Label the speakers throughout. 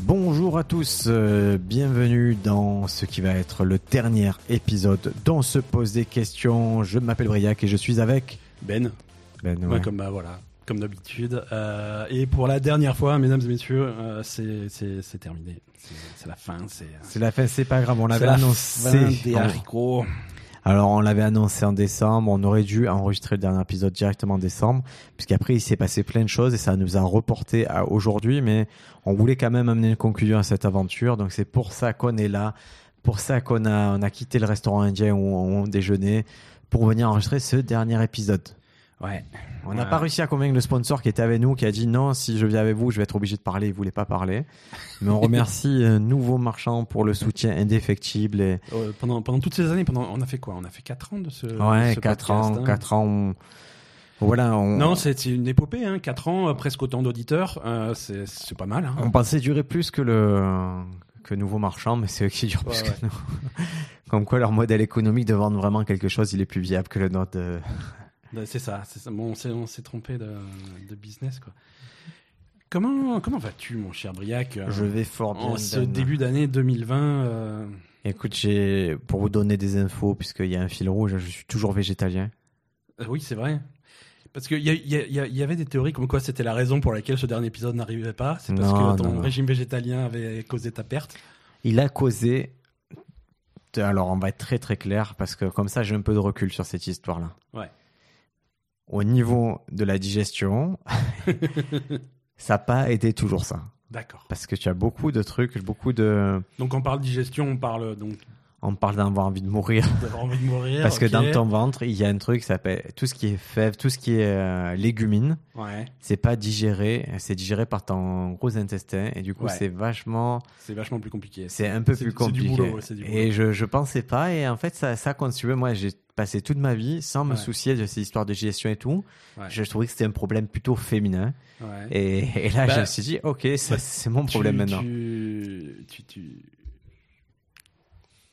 Speaker 1: Bonjour à tous, euh, bienvenue dans ce qui va être le dernier épisode dont se posent des questions. Je m'appelle Briac et je suis avec
Speaker 2: Ben,
Speaker 1: Ben.
Speaker 2: Ouais,
Speaker 1: ouais.
Speaker 2: comme bah, voilà, comme d'habitude. Euh, et pour la dernière fois, mesdames et messieurs, euh, c'est c'est- c'est terminé. C'est c'est la fin. C'est
Speaker 1: C'est la fin, c'est pas grave, on l'avait
Speaker 2: c'est la fin
Speaker 1: annoncé. Oh.
Speaker 2: des haricots.
Speaker 1: Alors on l'avait annoncé en décembre, on aurait dû enregistrer le dernier épisode directement en décembre, puisqu'après il s'est passé plein de choses et ça nous a reporté à aujourd'hui, mais on voulait quand même amener une conclusion à cette aventure, donc c'est pour ça qu'on est là, pour ça qu'on a, on a quitté le restaurant indien où on déjeunait, pour venir enregistrer ce dernier épisode.
Speaker 2: Ouais.
Speaker 1: On n'a
Speaker 2: Ouais.
Speaker 1: pas réussi à convaincre le sponsor qui était avec nous, qui a dit non, si je viens avec vous, je vais être obligé de parler. Il voulait pas parler. Mais on remercie euh, Nouveau Marchand pour le soutien indéfectible. Et...
Speaker 2: Euh, pendant pendant toutes ces années, pendant on a fait quoi On a fait 4 ans de ce.
Speaker 1: Ouais,
Speaker 2: de ce
Speaker 1: 4
Speaker 2: podcast,
Speaker 1: ans,
Speaker 2: hein.
Speaker 1: 4 ans. on- Voilà, on...
Speaker 2: Non, c'est c'est une épopée. Hein. 4 ans, euh, presque autant d'auditeurs. euh, c'est c'est pas mal. Hein.
Speaker 1: on pensait durer plus que le que Nouveau Marchand, mais c'est eux qui durent
Speaker 2: Ouais,
Speaker 1: plus
Speaker 2: ouais.
Speaker 1: que nous. Comme quoi, leur modèle économique de vendre vraiment quelque chose, il est plus viable que le nôtre. euh.
Speaker 2: Ouais, Ben, C'est ça, c'est ça. Bon, on s'est- on s'est trompé de, de business, quoi. Comment, comment vas-tu, mon cher Briac euh,
Speaker 1: Je vais fort bien.
Speaker 2: en ce
Speaker 1: Dan.
Speaker 2: début d'année 2020 euh,
Speaker 1: Écoute, j'ai pour vous donner des infos, puisqu'il y a un fil rouge, je suis toujours végétalien.
Speaker 2: euh, Oui, c'est vrai. Parce qu'il y, a- y a- y a- y avait des théories comme quoi c'était la raison pour laquelle ce dernier épisode n'arrivait pas. C'est parce
Speaker 1: Non,
Speaker 2: que ton
Speaker 1: non, non.
Speaker 2: régime végétalien avait causé ta perte.
Speaker 1: Il a causé. Alors, on va être très très clair parce que comme ça, j'ai un peu de recul sur cette histoire-là.
Speaker 2: Ouais.
Speaker 1: Au niveau de la digestion, ça n'a pas été toujours ça.
Speaker 2: D'accord.
Speaker 1: Parce que tu as beaucoup de trucs, beaucoup de.
Speaker 2: Donc on parle digestion, on parle donc
Speaker 1: On parle d'avoir envie de mourir.
Speaker 2: d'avoir envie de mourir.
Speaker 1: Parce que
Speaker 2: ok.
Speaker 1: dans ton ventre, il y a un truc qui s'appelle tout ce qui est fèves, tout ce qui est euh, légumines.
Speaker 2: Ouais,
Speaker 1: C'est pas digéré, c'est digéré par ton gros intestin. Et du coup,
Speaker 2: Ouais.
Speaker 1: c'est vachement.
Speaker 2: c'est vachement plus compliqué.
Speaker 1: C'est un peu
Speaker 2: C'est-
Speaker 1: plus
Speaker 2: c'est
Speaker 1: compliqué.
Speaker 2: du boulot, ouais, c'est du boulot.
Speaker 1: Et je, je pensais pas. Et en fait, ça, ça quand tu veux, moi, j'ai passé toute ma vie sans me
Speaker 2: Ouais.
Speaker 1: soucier de ces histoires de gestion et tout.
Speaker 2: Ouais.
Speaker 1: Je trouvais que c'était un problème plutôt féminin.
Speaker 2: Ouais.
Speaker 1: Et, et là,
Speaker 2: Bah,
Speaker 1: je me suis dit, OK, ça,
Speaker 2: bah,
Speaker 1: c'est mon problème
Speaker 2: tu,
Speaker 1: maintenant.
Speaker 2: Tu, tu, tu-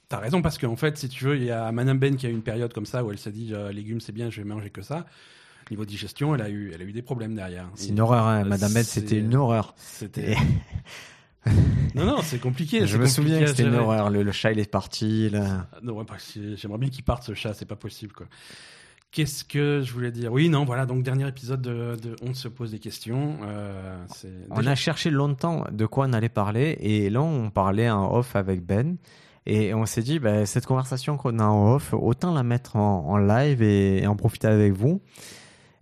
Speaker 2: T'as raison parce qu'en fait, si tu veux, il y a Madame Ben qui a eu une période comme ça où elle s'est dit euh, légumes c'est bien, je vais manger que ça. Niveau digestion, elle a eu, elle a eu des problèmes derrière.
Speaker 1: C'est une horreur, hein.
Speaker 2: Euh,
Speaker 1: Madame Bell, c'était
Speaker 2: c'est-
Speaker 1: une horreur.
Speaker 2: C'était. non non, c'est compliqué.
Speaker 1: je
Speaker 2: c'est
Speaker 1: me souviens
Speaker 2: compliqué à
Speaker 1: que c'était une
Speaker 2: gérer.
Speaker 1: horreur. Le, le chat, il est parti. là.
Speaker 2: Non, ouais, parce que j'aimerais bien qu'il parte ce chat, c'est pas possible quoi. Qu'est-ce que je voulais dire Oui, non, voilà, donc dernier épisode de, de On se pose des questions. euh, c'est-
Speaker 1: On
Speaker 2: déjà-
Speaker 1: a cherché longtemps de quoi on allait parler. Et là, on parlait en off avec Ben. Et on s'est dit, bah, cette conversation qu'on a en off, autant la mettre en, en live et, et en profiter avec vous.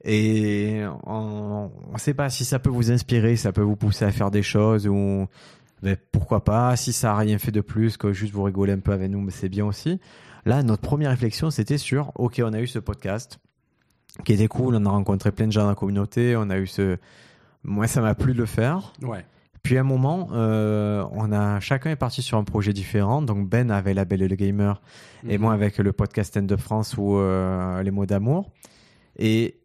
Speaker 1: Et on ne sait pas si ça peut vous inspirer, ça peut vous pousser à faire des choses ou mais pourquoi pas. Si ça n'a rien fait de plus que juste vous rigoler un peu avec nous, mais c'est bien aussi. Là, notre première réflexion, c'était sur, ok, on a eu ce podcast qui était cool, on a rencontré plein de gens dans la communauté, on a eu ce... Moi, ça m'a plu de le faire.
Speaker 2: Ouais,
Speaker 1: Puis à un moment, euh, on a chacun est parti sur un projet différent. Donc Ben avait la Belle et le Gamer, et
Speaker 2: Mhm.
Speaker 1: moi avec le podcast End de France ou euh, les mots d'amour. Et,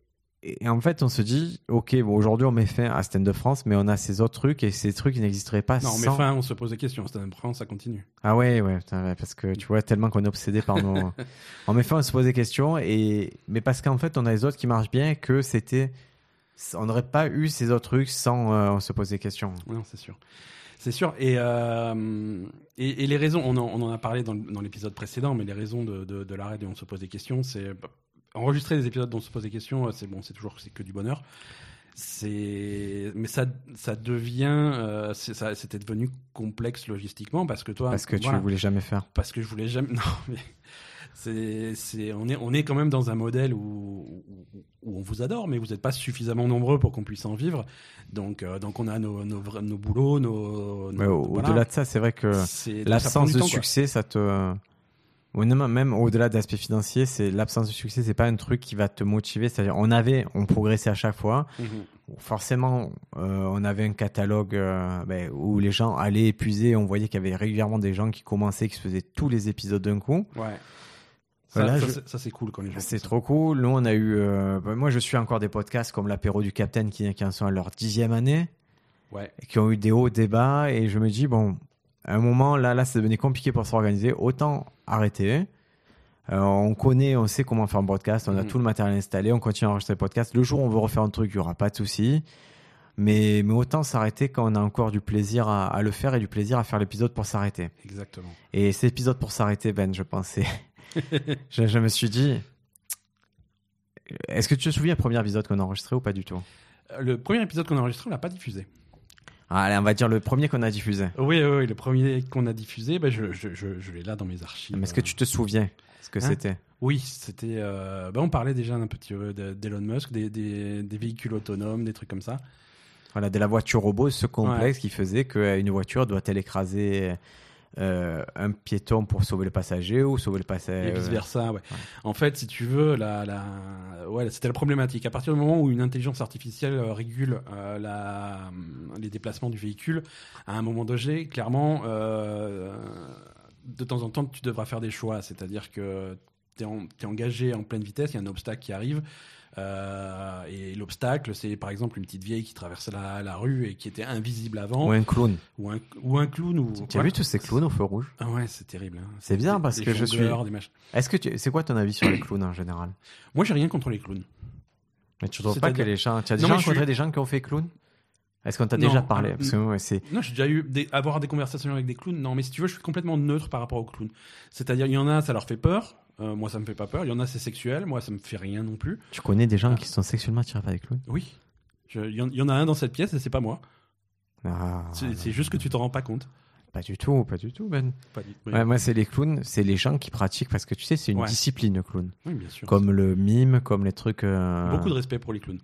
Speaker 1: et en fait, on se dit, ok, bon, aujourd'hui on met fin à Stand de France, mais on a ces autres trucs et ces trucs qui n'existeraient pas
Speaker 2: non, mais
Speaker 1: sans.
Speaker 2: enfin, on se pose des questions. C'est un prend, ça continue.
Speaker 1: Ah ouais, ouais, putain, ouais, parce que tu vois tellement qu'on est obsédé par nos. en effet, on se pose des questions et mais parce qu'en fait, on a les autres qui marchent bien que c'était. On n'aurait pas eu ces autres trucs sans euh, on se poser des questions.
Speaker 2: Non, c'est sûr. C'est sûr. Et, euh, et, et les raisons, on en, on en a parlé dans, le- dans l'épisode précédent, mais les raisons de, de, de l'arrêt de On se pose des questions, c'est bah, enregistrer des épisodes dont on se pose des questions, euh, c'est bon, c'est toujours c'est que du bonheur. C'est mais ça ça devient euh, c'est- ça c'était devenu complexe logistiquement parce que toi
Speaker 1: Parce que tu
Speaker 2: voilà,
Speaker 1: voulais jamais faire.
Speaker 2: parce que je voulais jamais non mais c'est c'est on est on est quand même dans un modèle où où, où on vous adore mais vous n'êtes pas suffisamment nombreux pour qu'on puisse en vivre donc euh, donc on a nos nos, vra- nos boulots nos,
Speaker 1: Mais au-
Speaker 2: voilà.
Speaker 1: au-delà de ça, c'est vrai que
Speaker 2: C'est- ça prend
Speaker 1: l'absence
Speaker 2: du
Speaker 1: de
Speaker 2: temps, quoi.
Speaker 1: succès, ça te. Ou non, même au-delà d'aspect financier, c'est l'absence de succès, c'est pas un truc qui va te motiver. C'est-à-dire, on avait, on progressait à chaque fois.
Speaker 2: Mhm.
Speaker 1: Forcément, euh, on avait un catalogue euh, ben, où les gens allaient épuiser. On voyait qu'il y avait régulièrement des gens qui commençaient, qui se faisaient tous les épisodes d'un coup.
Speaker 2: ouais ça,
Speaker 1: Là,
Speaker 2: ça,
Speaker 1: je-
Speaker 2: c'est- ça, c'est cool quand les gens
Speaker 1: C'est
Speaker 2: font ça.
Speaker 1: trop cool. Nous, on a eu. euh, ben, moi, je suis encore des podcasts comme l'apéro du Capitaine qui, qui en sont à leur dixième année.
Speaker 2: ouais
Speaker 1: qui ont eu des hauts, des bas, et je me dis, bon, à un moment, là, là, ça devenait compliqué pour s'organiser, autant arrêter. Euh, on connaît, on sait comment faire un podcast, on a
Speaker 2: Mhm.
Speaker 1: tout le matériel installé, on continue à enregistrer le podcast. Le jour où on veut refaire un truc, il n'y aura pas de souci. Mais, mais autant s'arrêter quand on a encore du plaisir à, à le faire et du plaisir à faire l'épisode pour s'arrêter.
Speaker 2: Exactement.
Speaker 1: Et cet épisode pour s'arrêter, Ben, je pensais. je, je me suis dit. Est-ce que tu te souviens du premier épisode qu'on a enregistré ou pas du tout
Speaker 2: Euh, Le premier épisode qu'on a enregistré, on l'a pas diffusé.
Speaker 1: Ah, Allez, on va dire le premier qu'on a diffusé.
Speaker 2: Oui, oui, oui, le premier qu'on a diffusé, bah, je, je, je, je l'ai là dans mes archives.
Speaker 1: Mais est-ce que tu te souviens ce que
Speaker 2: Hein
Speaker 1: c'était
Speaker 2: Oui, c'était. euh, bah, on parlait déjà un petit peu de- d'Elon Musk, des, des, des véhicules autonomes, des trucs comme ça.
Speaker 1: Voilà, de la voiture robot, ce complexe qui faisait qu'une voiture doit-elle écraser euh, un piéton pour sauver le passager ou sauver le passager
Speaker 2: Et vice versa, Eh ouais. En fait, si tu veux, la, la... Ouais, c'était la problématique. À partir du moment où une intelligence artificielle euh, régule euh, la... les déplacements du véhicule, à un moment donné, clairement, euh, de temps en temps, tu devras faire des choix. C'est-à-dire que tu es, engagé en pleine vitesse, il y a un obstacle qui arrive. euh, et l'obstacle, c'est par exemple une petite vieille qui traverse la, la rue et qui était invisible avant,
Speaker 1: euh, Ou un clown.
Speaker 2: ou, un, ou un clown. Ou...
Speaker 1: Tu as vu tous ces clowns au feu rouge
Speaker 2: Ah ouais, c'est terrible. hein.
Speaker 1: C'est bien
Speaker 2: Des-
Speaker 1: parce
Speaker 2: des
Speaker 1: que je
Speaker 2: jongleurs,
Speaker 1: suis-
Speaker 2: des machins.
Speaker 1: Est-ce que tu... c'est quoi ton avis sur les clowns en général
Speaker 2: Moi, j'ai rien contre les clowns.
Speaker 1: Mais tu trouves pas
Speaker 2: C'est-à-dire-
Speaker 1: que les gens, tu as déjà
Speaker 2: Non, mais je
Speaker 1: rencontré
Speaker 2: suis-
Speaker 1: des gens qui ont fait clown Est-ce qu'on t'a
Speaker 2: Non.
Speaker 1: déjà parlé Parce que ouais, c'est
Speaker 2: Non, j'ai déjà eu des, avoir des conversations avec des clowns. Non, mais si tu veux, je suis complètement neutre par rapport aux clowns. C'est-à-dire, il y en a, ça leur fait peur. Euh, moi, ça me fait pas peur. Il y en a, c'est sexuel. Moi, ça me fait rien non plus.
Speaker 1: tu connais des
Speaker 2: Ah.
Speaker 1: gens qui sont sexuellement attirés par des clowns
Speaker 2: Oui. Je- Il y, en- il y en a un dans cette pièce et c'est pas moi.
Speaker 1: Ah,
Speaker 2: C'est c'est juste que tu t'en rends pas compte.
Speaker 1: pas du tout, pas du tout, Ben.
Speaker 2: Pas du- oui.
Speaker 1: Ouais, moi, c'est les clowns, c'est les gens qui pratiquent parce que tu sais, c'est une
Speaker 2: Ouais.
Speaker 1: discipline le clown,
Speaker 2: Oui, bien sûr.
Speaker 1: comme le mime, comme les trucs. euh,
Speaker 2: Beaucoup de respect pour les clowns.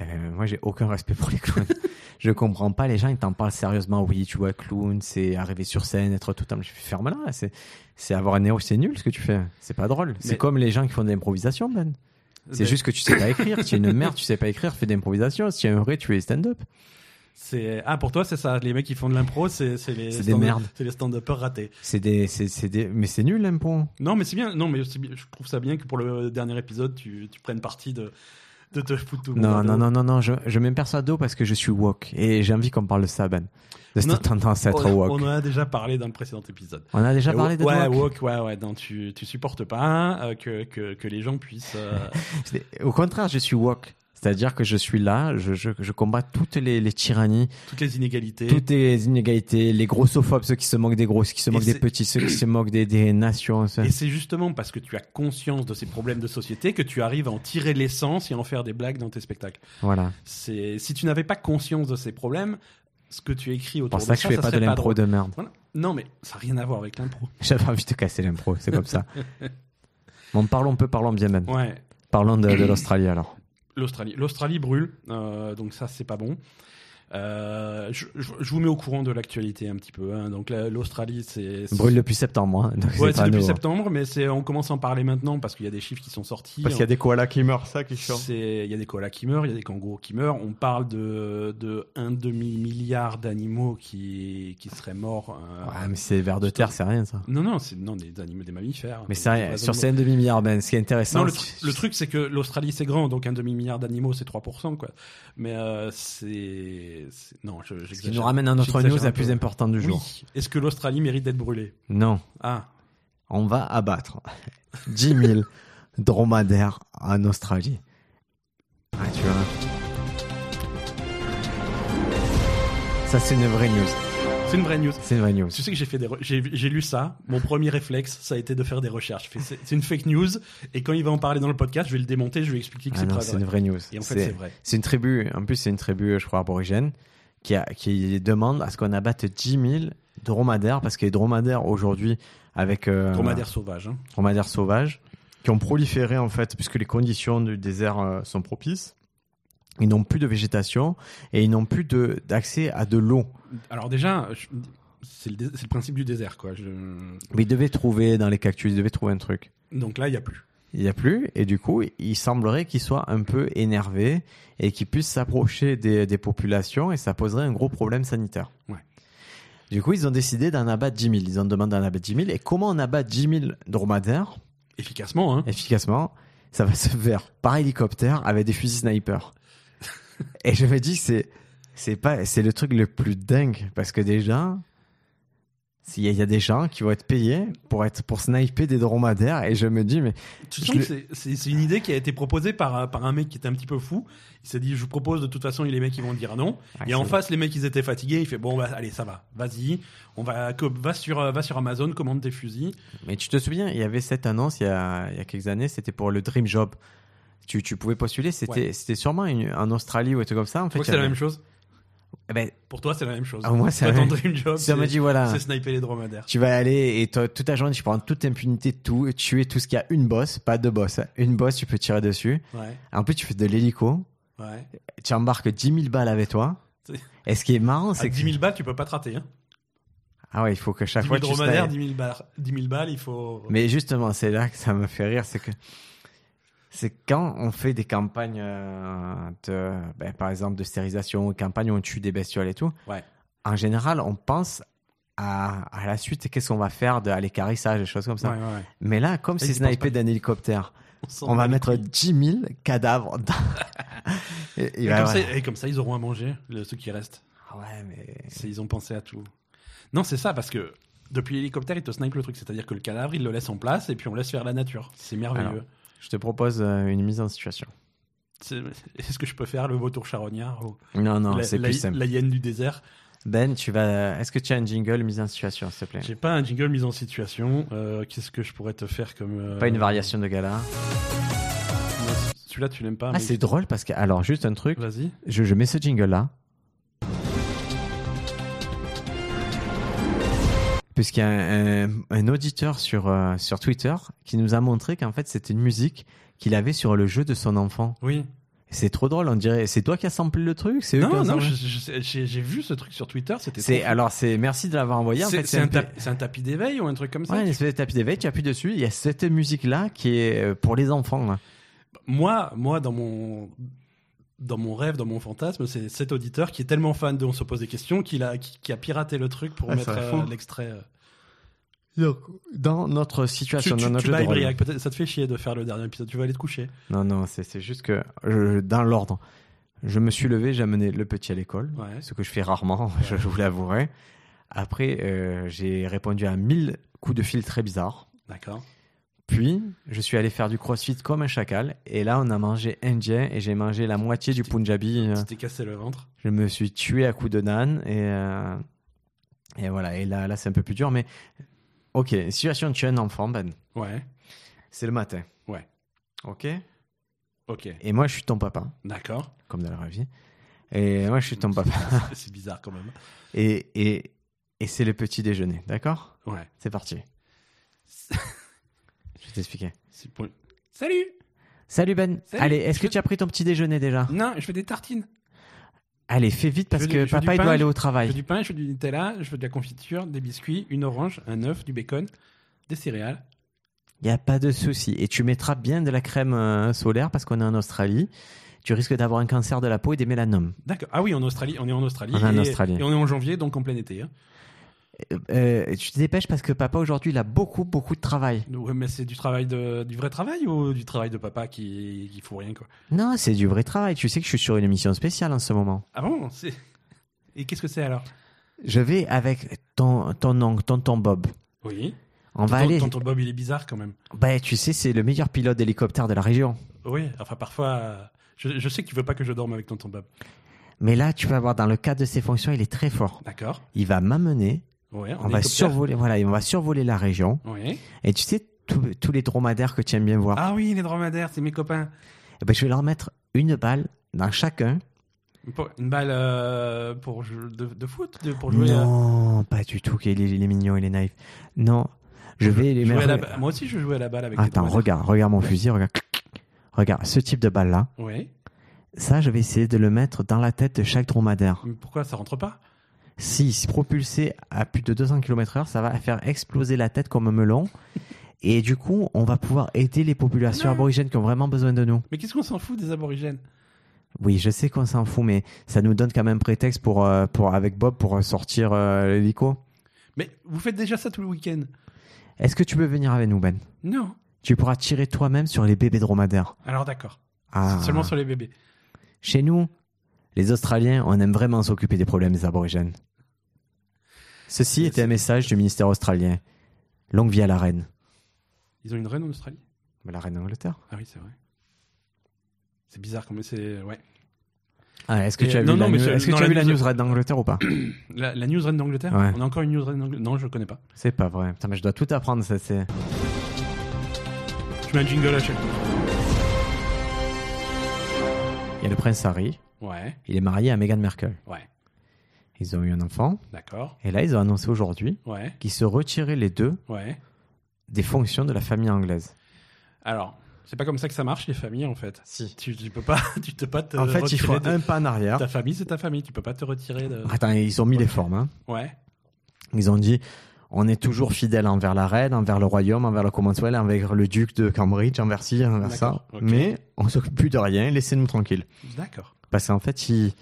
Speaker 1: Eh ben, moi, j'ai aucun respect pour les clowns. je comprends pas les gens, ils t'en parlent sérieusement. Oui, tu vois, clown, c'est arriver sur scène, être tout homme. Je fais ferme là. C'est, c'est avoir un héros, c'est nul ce que tu fais. C'est pas drôle. C'est
Speaker 2: Mais-
Speaker 1: comme les gens qui font de l'improvisation, Ben. C'est
Speaker 2: Mais
Speaker 1: juste que tu sais pas écrire. Si une merde, tu sais pas écrire, fais de l'improvisation. Si tu es un vrai, tu es stand-up.
Speaker 2: c'est- Ah, pour toi, c'est ça. Les mecs qui font de l'impro, c'est c'est les,
Speaker 1: C'est des
Speaker 2: stand-
Speaker 1: merdes.
Speaker 2: c'est les stand-uppers ratés.
Speaker 1: C'est des, c'est, c'est des, mais c'est nul hein, l'impro.
Speaker 2: Non, mais c'est bien. Non, mais c'est bien- je trouve ça bien que pour le dernier épisode, tu, tu prennes parti de, de te foutre tout le monde
Speaker 1: Non,
Speaker 2: à
Speaker 1: non,
Speaker 2: dos.
Speaker 1: non, non, non, je, je m'imperçois à dos parce que je suis woke et j'ai envie qu'on parle de ça, Ben. De cette
Speaker 2: On a-
Speaker 1: tendance à être
Speaker 2: On-
Speaker 1: woke.
Speaker 2: on en a déjà parlé dans le précédent épisode.
Speaker 1: On a déjà
Speaker 2: Et
Speaker 1: parlé
Speaker 2: wo-
Speaker 1: de
Speaker 2: ouais,
Speaker 1: woke.
Speaker 2: woke, ouais, ouais, non, tu, tu supportes pas euh, que, que, que les gens puissent. euh,
Speaker 1: C'est- Au contraire, je suis woke. C'est-à-dire que je suis là, je, je, je combats toutes les, les tyrannies,
Speaker 2: toutes les inégalités.
Speaker 1: toutes les inégalités, les grossophobes, ceux qui se moquent des gros, ceux qui se
Speaker 2: Et
Speaker 1: moquent des
Speaker 2: c'est-
Speaker 1: petits, ceux qui se moquent des, des nations. ça.
Speaker 2: Et c'est justement parce que tu as conscience de ces problèmes de société que tu arrives à en tirer l'essence et à en faire des blagues dans tes spectacles.
Speaker 1: Voilà.
Speaker 2: C'est si tu n'avais pas conscience de ces problèmes, ce que tu
Speaker 1: C'est
Speaker 2: écris
Speaker 1: pour
Speaker 2: autour
Speaker 1: ça
Speaker 2: de
Speaker 1: que je fais
Speaker 2: ça
Speaker 1: pas de
Speaker 2: serait
Speaker 1: l'impro
Speaker 2: drôle.
Speaker 1: de merde.
Speaker 2: Voilà. Non, mais ça n'a rien à voir avec l'impro.
Speaker 1: J'avais envie de casser l'impro, c'est comme ça. bon, parlons peu, parlons bien même.
Speaker 2: Ouais,
Speaker 1: Parlons de, de l'Australie alors.
Speaker 2: l'Australie, l'Australie brûle, euh, donc ça c'est pas bon. Euh, je, je- je vous mets au courant de l'actualité un petit peu. hein. Donc la- l'Australie, c'est c'est-
Speaker 1: Brûle depuis septembre, hein, donc
Speaker 2: Ouais,
Speaker 1: c'est
Speaker 2: c'est
Speaker 1: pas
Speaker 2: depuis
Speaker 1: nous.
Speaker 2: septembre, mais c'est on commence à en parler maintenant parce qu'il y a des chiffres qui sont sortis.
Speaker 1: Parce qu'il y a des koalas qui meurent, ça qui chante.
Speaker 2: C'est- il y a des koalas qui meurent, il y a des kangourous qui meurent. On parle de, de un demi milliard d'animaux qui, qui seraient morts. euh,
Speaker 1: Ouais, mais c'est vers de terre, c'est rien ça.
Speaker 2: Non, non, c'est non des animaux, des mammifères.
Speaker 1: Mais
Speaker 2: Des-
Speaker 1: c'est rien.
Speaker 2: des
Speaker 1: Sur
Speaker 2: animaux.
Speaker 1: ces 1,5 milliard, Ben, ce qui est intéressant.
Speaker 2: Non, le,
Speaker 1: c'est-
Speaker 2: tru- le truc c'est que l'Australie c'est grand, donc un demi milliard d'animaux c'est 3%. quoi. Mais euh, c'est c'est- non, je,
Speaker 1: ce
Speaker 2: j'exagère.
Speaker 1: qui nous ramène à notre
Speaker 2: J'exagère
Speaker 1: news
Speaker 2: un
Speaker 1: la
Speaker 2: peu.
Speaker 1: plus importante du jour.
Speaker 2: Oui. Est-ce que l'Australie mérite d'être brûlée
Speaker 1: Non.
Speaker 2: Ah,
Speaker 1: on va abattre 10 000 dromadaires en Australie. Ah, tu vois. Ça, c'est une vraie news.
Speaker 2: c'est une vraie news.
Speaker 1: C'est une vraie news.
Speaker 2: Tu sais que j'ai fait des re- j'ai j'ai lu ça. Mon premier réflexe, ça a été de faire des recherches. Je fais, C'est c'est une fake news. Et quand il va en parler dans le podcast, je vais le démonter. Je vais expliquer que
Speaker 1: Ah
Speaker 2: c'est
Speaker 1: non,
Speaker 2: pas
Speaker 1: c'est une vraie
Speaker 2: vrai.
Speaker 1: news.
Speaker 2: Et en fait,
Speaker 1: C'est-
Speaker 2: c'est vrai.
Speaker 1: c'est une tribu, en plus, c'est une tribu, je crois, aborigène, qui, a- qui demande à ce qu'on abatte 10 000 dromadaires, parce que les dromadaires aujourd'hui, avec. euh,
Speaker 2: Dromadaire sauvage. hein.
Speaker 1: dromadaires sauvages qui ont proliféré en fait puisque les conditions du désert euh, sont propices. Ils n'ont plus de végétation et ils n'ont plus de- d'accès à de l'eau.
Speaker 2: Alors déjà, je- c'est le, dé- c'est le principe du désert, quoi. Je-
Speaker 1: Mais ils devaient trouver dans les cactus, ils devaient trouver un truc.
Speaker 2: Donc là, il y a plus.
Speaker 1: Il n'y a plus et du coup, il semblerait qu'ils soient un peu énervés et qu'ils puissent s'approcher des, des populations et ça poserait un gros problème sanitaire.
Speaker 2: Ouais.
Speaker 1: Du coup, ils ont décidé d'en abattre 10 000. Ils ont demandé d'en abattre 10 000. Et comment on abat 10 000 dromadaires
Speaker 2: Efficacement, hein.
Speaker 1: efficacement, ça va se faire par hélicoptère avec des fusils sniper. Et je me dis, c'est, c'est pas, c'est le truc le plus dingue parce que déjà, Il y, a- il y a des gens qui vont être payés pour être pour sniper des dromadaires et je me dis mais
Speaker 2: Tu
Speaker 1: Je
Speaker 2: sens que
Speaker 1: le-
Speaker 2: c'est- c'est c'est une idée qui a été proposée par, un- par un mec qui était un petit peu fou. Il s'est dit, je vous propose, de toute façon, les mecs, ils vont dire non.
Speaker 1: Ah,
Speaker 2: Et en face, les mecs, ils étaient fatigués. Il fait, bon, bah, allez, ça va. Vas-y. On va, co- va sur, euh, va sur Amazon, commande tes fusils.
Speaker 1: Mais tu te souviens, il y avait cette annonce il y a, il y a quelques années, c'était pour le Dream Job. Tu, tu pouvais postuler, c'était c'était sûrement une- en Australie ou un truc comme ça. En
Speaker 2: Je
Speaker 1: fait,
Speaker 2: crois que
Speaker 1: il y
Speaker 2: c'est la
Speaker 1: avait-
Speaker 2: même chose.
Speaker 1: Eh ben,
Speaker 2: Pour toi, c'est la même chose.
Speaker 1: à moi, ça
Speaker 2: Toi, ton
Speaker 1: m'a
Speaker 2: dream job,
Speaker 1: ça m'a
Speaker 2: c'est
Speaker 1: dit voilà,
Speaker 2: c'est sniper les dromadaires.
Speaker 1: tu vas aller et toi, toute la journée, tu prends toute impunité, tout, tuer tout ce qu'il y a. Une bosse, pas deux bosses. hein. Une bosse, tu peux tirer dessus.
Speaker 2: Ouais,
Speaker 1: En plus, tu fais de l'hélico.
Speaker 2: ouais.
Speaker 1: Tu embarques 10 000 balles avec toi.
Speaker 2: C'est-
Speaker 1: Et ce qui est marrant,
Speaker 2: À
Speaker 1: c'est que.
Speaker 2: 10 000 balles, tu peux pas te rater. Hein.
Speaker 1: Ah ouais, il faut que chaque
Speaker 2: 10 000
Speaker 1: fois tu
Speaker 2: dromadaires,
Speaker 1: snipes.
Speaker 2: 10 000 balles. 10 000 balles, il faut.
Speaker 1: Mais justement, c'est là que ça me fait rire, c'est que c'est quand on fait des campagnes euh, de, ben, par exemple, de stérilisation, campagnes où on tue des bestioles et tout.
Speaker 2: Ouais.
Speaker 1: En général, on pense à, à la suite, qu'est-ce qu'on va faire de, à l'écarissage, des choses comme ça.
Speaker 2: Ouais, ouais, ouais.
Speaker 1: Mais là, comme
Speaker 2: ils
Speaker 1: c'est
Speaker 2: y pensent
Speaker 1: snipé d'un hélicoptère,
Speaker 2: s'en
Speaker 1: on
Speaker 2: bat
Speaker 1: va
Speaker 2: les
Speaker 1: mettre
Speaker 2: couilles.
Speaker 1: 10 000 cadavres. dans- et, et
Speaker 2: Et,
Speaker 1: ben,
Speaker 2: comme
Speaker 1: voilà.
Speaker 2: ça, et comme ça, ils auront à manger, le- ceux qui restent.
Speaker 1: Ah ouais, mais
Speaker 2: C'est- Ils ont pensé à tout. Non, c'est ça, parce que depuis l'hélicoptère, ils te snipent le truc. C'est-à-dire que le cadavre, ils le laissent en place et puis on laisse faire la nature. C'est merveilleux.
Speaker 1: Alors. je te propose euh, une mise en situation.
Speaker 2: C'est- Est-ce que je peux faire le vautour charognard ou
Speaker 1: Non, non,
Speaker 2: la,
Speaker 1: c'est
Speaker 2: la-
Speaker 1: plus simple.
Speaker 2: la hyène du désert
Speaker 1: Ben, tu vas. Est-ce que tu as un jingle mise en situation, s'il te plaît
Speaker 2: J'ai pas un jingle mise en situation. Euh, Qu'est-ce que je pourrais te faire comme. euh,
Speaker 1: Pas une variation de gala.
Speaker 2: Non, Celui-là, tu l'aimes pas.
Speaker 1: Ah,
Speaker 2: mais-
Speaker 1: c'est drôle parce que. Alors, juste un truc.
Speaker 2: Vas-y.
Speaker 1: Je, je mets ce jingle là. Puisqu'il y a un, un- un auditeur sur, euh, sur Twitter qui nous a montré qu'en fait c'était une musique qu'il avait sur le jeu de son enfant.
Speaker 2: Oui.
Speaker 1: C'est trop drôle, on dirait. C'est toi qui as samplé le truc C'est eux qui ont
Speaker 2: Non, non,
Speaker 1: samplé
Speaker 2: je- je- j'ai j'ai vu ce truc sur Twitter. C'était.
Speaker 1: C'est
Speaker 2: trop-
Speaker 1: alors c'est merci de l'avoir envoyé. En
Speaker 2: C'est
Speaker 1: fait,
Speaker 2: c'est un,
Speaker 1: pa-
Speaker 2: tap- c'est un tapis d'éveil ou un truc comme ça
Speaker 1: Ouais, une espèce de tapis d'éveil. Tu appuies dessus. Il y a cette musique là qui est euh, pour les enfants. là.
Speaker 2: Moi, moi, dans mon dans mon rêve, dans mon fantasme, c'est cet auditeur qui est tellement fan de On se pose des questions qu'il a qui, qui a piraté le truc pour
Speaker 1: Ah,
Speaker 2: mettre
Speaker 1: c'est
Speaker 2: euh,
Speaker 1: fou.
Speaker 2: l'extrait. euh.
Speaker 1: Dans notre
Speaker 2: Tu,
Speaker 1: situation,
Speaker 2: tu,
Speaker 1: dans notre
Speaker 2: tu
Speaker 1: jeu
Speaker 2: bailles,
Speaker 1: de rôle.
Speaker 2: Briac, peut-être- ça te fait chier de faire le dernier épisode. Tu vas aller te coucher.
Speaker 1: Non, non, c'est c'est juste que euh, dans l'ordre, je me suis levé, j'ai amené le petit à l'école,
Speaker 2: Ouais.
Speaker 1: ce que je fais rarement, je, je vous l'avouerai. Après, euh, j'ai répondu à 1000 coups de fil très bizarres.
Speaker 2: D'accord.
Speaker 1: Puis, je suis allé faire du crossfit comme un chacal. Et là, on a mangé indien et j'ai mangé la moitié du punjabi. euh,
Speaker 2: Tu t'es cassé le ventre.
Speaker 1: Je me suis tué à coups de nan. Et, euh, et voilà, et là, là c'est un peu plus dur. Mais ok, situation, tu es un enfant, Ben.
Speaker 2: Ouais.
Speaker 1: C'est le matin.
Speaker 2: Ouais.
Speaker 1: Ok.
Speaker 2: Ok.
Speaker 1: Et moi, je suis ton papa.
Speaker 2: D'accord.
Speaker 1: comme dans la vraie vie. Et moi, je suis ton papa.
Speaker 2: C'est- C'est bizarre quand même.
Speaker 1: Et, et, et c'est le petit déjeuner, d'accord
Speaker 2: Ouais.
Speaker 1: C'est parti. Je vais t'expliquer.
Speaker 2: C'est pour- Salut.
Speaker 1: Salut Ben.
Speaker 2: Salut.
Speaker 1: Allez, est-ce
Speaker 2: Je
Speaker 1: que
Speaker 2: veux-
Speaker 1: tu as pris ton petit déjeuner déjà
Speaker 2: Non, je fais des tartines.
Speaker 1: Allez, fais vite parce
Speaker 2: veux du- je
Speaker 1: que
Speaker 2: veux
Speaker 1: papa
Speaker 2: du
Speaker 1: il doit
Speaker 2: pain,
Speaker 1: aller au
Speaker 2: Je
Speaker 1: travail.
Speaker 2: veux du pain, je veux du Nutella, je veux de la confiture, des biscuits, une orange, un œuf, du bacon, des céréales.
Speaker 1: Il n'y a pas de souci. Et tu mettras bien de la crème euh, solaire parce qu'on est en Australie. Tu risques d'avoir un cancer de la peau et des mélanomes.
Speaker 2: D'accord. Ah oui, en Australie, on est en Australie.
Speaker 1: On est en
Speaker 2: et,
Speaker 1: Australie.
Speaker 2: Et on est en janvier, donc en plein été. hein.
Speaker 1: Euh, euh, tu te dépêches parce que papa aujourd'hui il a beaucoup beaucoup de travail.
Speaker 2: Ouais, mais c'est du travail de, du vrai travail ou du travail de papa qui, qui fout rien quoi.
Speaker 1: Non, c'est du vrai travail. Tu sais que je suis sur une émission spéciale en ce moment.
Speaker 2: Ah bon c'est... Et qu'est-ce que c'est alors
Speaker 1: Je vais avec ton, ton oncle, tonton Bob.
Speaker 2: Oui.
Speaker 1: On va
Speaker 2: Tonton-
Speaker 1: aller.
Speaker 2: Tonton Bob, il est bizarre quand même.
Speaker 1: Bah, tu sais, c'est le meilleur pilote d'hélicoptère de la région.
Speaker 2: Oui. Enfin parfois, euh, je, je sais que tu veux pas que je dorme avec Tonton Bob.
Speaker 1: Mais là, tu vas voir, dans le cadre de ses fonctions, il est très fort.
Speaker 2: D'accord.
Speaker 1: Il va m'amener.
Speaker 2: Ouais.
Speaker 1: On va survoler, voilà, et on va survoler la région.
Speaker 2: Oui.
Speaker 1: Et tu sais, tous- tous les dromadaires que tu aimes bien voir,
Speaker 2: Ah oui, les dromadaires, c'est mes copains.
Speaker 1: eh ben, je vais leur mettre une balle dans chacun.
Speaker 2: Pour- une balle euh, pour jeu- de, de foot, de- pour jouer. à-
Speaker 1: non, pas du tout. Il est, il est mignon, il est naïf. Non, je vais les
Speaker 2: jouer
Speaker 1: mettre.
Speaker 2: à la ba- Moi aussi, je jouais à la balle avec. les
Speaker 1: Attends,
Speaker 2: dromadaires.
Speaker 1: regarde, regarde mon fusil, regarde, regarde ce type de balle là.
Speaker 2: Oui.
Speaker 1: Ça, je vais essayer de le mettre dans la tête de chaque dromadaire.
Speaker 2: Mais pourquoi ça rentre pas
Speaker 1: Si se propulsé à plus de 200 km/h, ça va faire exploser la tête comme un melon. Et du coup, on va pouvoir aider les populations
Speaker 2: Non.
Speaker 1: aborigènes qui ont vraiment besoin de nous.
Speaker 2: Mais qu'est-ce qu'on s'en fout des aborigènes
Speaker 1: Oui, je sais qu'on s'en fout, mais ça nous donne quand même prétexte pour, euh, pour avec Bob pour euh, sortir euh, l'hélico.
Speaker 2: Mais vous faites déjà ça tout le week-end
Speaker 1: Est-ce que tu peux venir avec nous, Ben
Speaker 2: Non.
Speaker 1: Tu pourras tirer toi-même sur les bébés dromadaires.
Speaker 2: Alors d'accord.
Speaker 1: Ah.
Speaker 2: Seulement sur les bébés.
Speaker 1: Chez nous, les Australiens, on aime vraiment s'occuper des problèmes des aborigènes. Ceci
Speaker 2: Et
Speaker 1: était un
Speaker 2: c'est-
Speaker 1: message du ministère australien. Longue vie à la reine.
Speaker 2: Ils ont une reine en Australie
Speaker 1: Mais la reine d'Angleterre.
Speaker 2: Ah oui, c'est vrai. C'est bizarre comme c'est ouais.
Speaker 1: Ah, est-ce que
Speaker 2: Et, euh,
Speaker 1: tu as
Speaker 2: non,
Speaker 1: vu
Speaker 2: non,
Speaker 1: la
Speaker 2: mais
Speaker 1: news-
Speaker 2: c'est-
Speaker 1: est-ce que
Speaker 2: non,
Speaker 1: tu as
Speaker 2: la
Speaker 1: vu la
Speaker 2: news-
Speaker 1: news reine d'Angleterre ou pas
Speaker 2: La, la news reine d'Angleterre
Speaker 1: Ouais.
Speaker 2: On a encore une news reine d'Angleterre Non, je le connais pas.
Speaker 1: C'est pas vrai. Putain, mais je dois tout apprendre. Ça, c'est...
Speaker 2: Tu mets un jingle à chaque fois.
Speaker 1: Il y a le prince Harry.
Speaker 2: Ouais,
Speaker 1: Il est marié à Meghan Merkel.
Speaker 2: ouais,
Speaker 1: Ils ont eu un enfant.
Speaker 2: d'accord.
Speaker 1: Et là, ils ont annoncé aujourd'hui
Speaker 2: Ouais,
Speaker 1: qu'ils se retiraient les deux
Speaker 2: ouais.
Speaker 1: des fonctions de la famille anglaise.
Speaker 2: Alors, c'est pas comme ça que ça marche les familles en fait.
Speaker 1: Si.
Speaker 2: Tu, tu peux pas, tu te pas te
Speaker 1: En fait, il faut
Speaker 2: retirer
Speaker 1: un
Speaker 2: de-
Speaker 1: pas en arrière.
Speaker 2: ta famille, c'est ta famille. Tu peux pas te retirer de.
Speaker 1: Attends, ils ont mis les formes. hein.
Speaker 2: Ouais.
Speaker 1: Ils ont dit on est toujours fidèle envers la reine, envers le royaume, envers le Commonwealth, envers le duc de Cambridge, envers ci, envers ça.
Speaker 2: D'accord, ok.
Speaker 1: Mais on s'occupe plus de rien, laissez-nous tranquilles.
Speaker 2: D'accord.
Speaker 1: Parce qu'en fait, ils,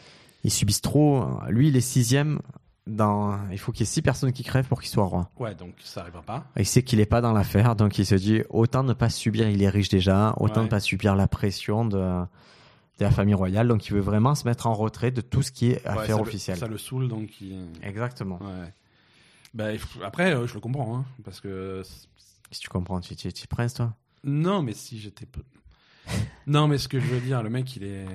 Speaker 1: ils subissent trop. Lui, il est sixième. Dans... Il faut qu'il y ait six personnes qui crèvent pour qu'il soit roi.
Speaker 2: Ouais, donc ça arrivera pas.
Speaker 1: Il sait qu'il n'est pas dans l'affaire, donc il se dit autant ne pas subir, il est riche déjà, autant
Speaker 2: Ouais.
Speaker 1: ne pas subir la pression de, de la famille royale. Donc il veut vraiment se mettre en retrait de tout ce qui est
Speaker 2: Ouais,
Speaker 1: affaire
Speaker 2: ça le-
Speaker 1: officielle.
Speaker 2: ça le saoule donc. il-
Speaker 1: Exactement.
Speaker 2: Ouais. Bah, il faut- après, euh, je le comprends, hein, parce que c'est-
Speaker 1: Si tu comprends, tu tu- tu es prince, toi
Speaker 2: non, mais si j'étais peu. Non, mais ce que je veux dire, le mec, il est,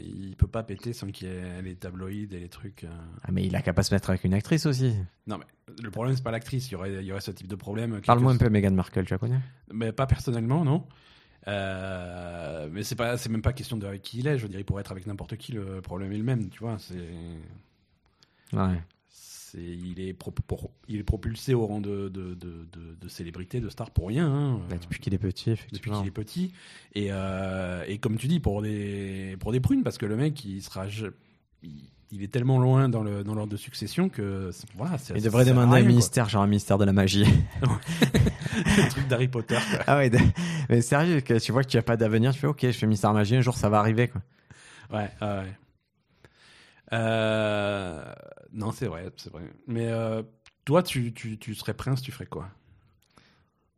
Speaker 2: il peut pas péter sans qu'il y ait les tabloïds et les trucs. euh.
Speaker 1: Ah, mais il a qu'à pas se mettre avec une actrice aussi.
Speaker 2: Non, mais le problème c'est pas l'actrice. Il y aurait, il y aurait ce type de problème. quelque-
Speaker 1: Parle-moi un peu Meghan Markle, tu la connais
Speaker 2: Mais pas personnellement, non. Euh, mais c'est pas, c'est même pas question de avec qui il est. Je veux dire, il pourrait être avec n'importe qui. Le problème est le même, tu vois. C'est,
Speaker 1: Ouais.
Speaker 2: c'est, il est pro- pour- il est propulsé au rang de de, de, de- de célébrité, de star pour rien. hein.
Speaker 1: Bah, depuis qu'il est petit,
Speaker 2: depuis
Speaker 1: effectivement.
Speaker 2: qu'il est petit. Et, euh, et comme tu dis, pour des, pour des prunes, parce que le mec, il sera. je- il, il est tellement loin dans le- dans l'ordre de succession que. c'est- Voilà, c'est-
Speaker 1: Il
Speaker 2: ça
Speaker 1: devrait
Speaker 2: sert à
Speaker 1: demander un
Speaker 2: rien, quoi.
Speaker 1: ministère, genre un ministère de la magie.
Speaker 2: Le truc d'Harry Potter. quoi.
Speaker 1: ah ouais, de- mais sérieux, que tu vois que tu as pas d'avenir, tu fais ok, je fais ministère de la magie, un jour ça va arriver. Quoi.
Speaker 2: Ouais, ouais, ouais. Euh, non, c'est vrai, c'est vrai. Mais euh, toi, tu, tu, tu serais prince, tu ferais quoi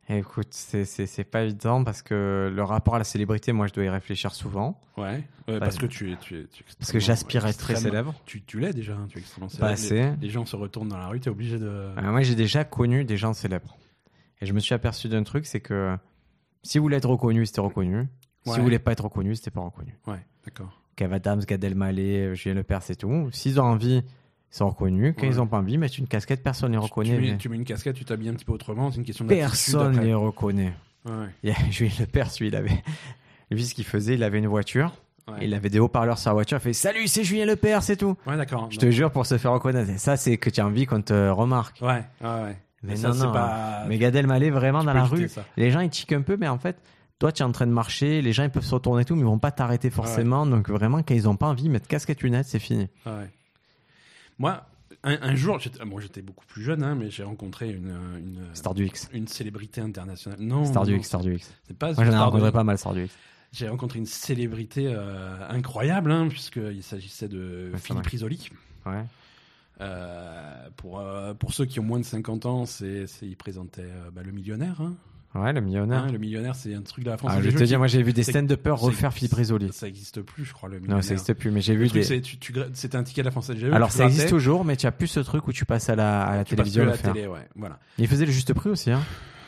Speaker 1: Écoute, c'est- c'est c'est pas évident parce que le rapport à la célébrité, moi je dois y réfléchir souvent.
Speaker 2: Ouais, ouais, parce que tu es. Tu es- tu es
Speaker 1: Parce que
Speaker 2: extrêmement-
Speaker 1: j'aspire à être très Bah,
Speaker 2: extrêmement-
Speaker 1: célèbre.
Speaker 2: Tu, tu l'es déjà, hein, tu es extrêmement
Speaker 1: Pas
Speaker 2: célèbre. Les,
Speaker 1: assez.
Speaker 2: les gens se retournent dans la rue, tu es obligé de.
Speaker 1: Euh, moi j'ai déjà connu des gens célèbres. Et je me suis aperçu d'un truc, c'est que si vous voulez être reconnu, c'était reconnu. Si
Speaker 2: Ouais.
Speaker 1: vous voulez pas être reconnu, c'était pas reconnu.
Speaker 2: Ouais, d'accord.
Speaker 1: Kev Adams, Gad Elmaleh, euh, Julien Lepers et tout. S'ils ont envie, ils sont reconnus. Quand
Speaker 2: Ouais.
Speaker 1: ils ont pas envie, mettre une casquette, personne les
Speaker 2: Tu-
Speaker 1: reconnaît.
Speaker 2: Tu mets,
Speaker 1: mais
Speaker 2: tu mets une casquette, tu t'habilles un petit peu autrement, c'est une question d'attitude.
Speaker 1: Personne
Speaker 2: après.
Speaker 1: les reconnaît.
Speaker 2: Ouais,
Speaker 1: Il y a Julien Lepers, lui, il avait. Lui, ce qu'il faisait, il avait une voiture.
Speaker 2: ouais.
Speaker 1: Il avait des haut-parleurs sur la voiture. Il fait Salut, c'est Julien Lepers, c'est tout.
Speaker 2: Ouais, d'accord.
Speaker 1: Je te jure, pour se faire reconnaître. Et ça, c'est que tu as envie qu'on te remarque.
Speaker 2: Ouais, ouais, ouais.
Speaker 1: Mais
Speaker 2: Et
Speaker 1: non,
Speaker 2: ça, c'est
Speaker 1: non.
Speaker 2: pas.
Speaker 1: Mais Gad Elmaleh, vraiment,
Speaker 2: tu
Speaker 1: dans
Speaker 2: peux
Speaker 1: la
Speaker 2: éviter
Speaker 1: rue,
Speaker 2: ça.
Speaker 1: les gens, ils tiquent un peu, mais en fait, toi, tu es en train de marcher, les gens, ils peuvent se retourner et tout, mais ils vont pas t'arrêter forcément. Donc, vraiment, quand ils ont pas envie, mettre casquette, lunettes, c'est fini.
Speaker 2: Ouais. Moi, un, un jour, j'étais bon, j'étais beaucoup plus jeune, hein, mais j'ai rencontré une, euh, une, euh,
Speaker 1: Star du X.
Speaker 2: une célébrité internationale. Non,
Speaker 1: Star du
Speaker 2: non,
Speaker 1: X, Star du X.
Speaker 2: c'est pas
Speaker 1: Moi, j'en ai
Speaker 2: Star
Speaker 1: rencontré
Speaker 2: du-
Speaker 1: pas mal, Star du X.
Speaker 2: J'ai rencontré une célébrité euh, incroyable, hein, puisqu'il s'agissait de
Speaker 1: Ouais, c'est
Speaker 2: Philippe
Speaker 1: vrai.
Speaker 2: Risoli.
Speaker 1: Ouais.
Speaker 2: Euh, pour, euh, pour ceux qui ont moins de 50 ans, c'est, c'est- il présentait euh, bah, Le Millionnaire. hein.
Speaker 1: Ouais, le millionnaire.
Speaker 2: Hein, le Millionnaire, c'est un truc de la France.
Speaker 1: Ah,
Speaker 2: C'est
Speaker 1: je
Speaker 2: des
Speaker 1: vais te
Speaker 2: jeux
Speaker 1: dire, moi, j'ai vu des
Speaker 2: c'est-
Speaker 1: scènes de peur
Speaker 2: c'est-
Speaker 1: refaire Philippe Risoli.
Speaker 2: Ça existe plus, je crois, le
Speaker 1: Non,
Speaker 2: millionnaire.
Speaker 1: ça n'existe plus, mais j'ai
Speaker 2: Le
Speaker 1: vu
Speaker 2: truc,
Speaker 1: des.
Speaker 2: c'est- tu- tu gra- C'était un ticket de la française. J'ai vu,
Speaker 1: Alors
Speaker 2: Eh E, tu
Speaker 1: ça existe
Speaker 2: grattais,
Speaker 1: toujours, mais tu as plus ce truc où tu passes à la, à la
Speaker 2: tu passes
Speaker 1: télévision
Speaker 2: que
Speaker 1: le
Speaker 2: la
Speaker 1: faire.
Speaker 2: télé, ouais. Voilà.
Speaker 1: Il faisait le juste prix aussi. Hein.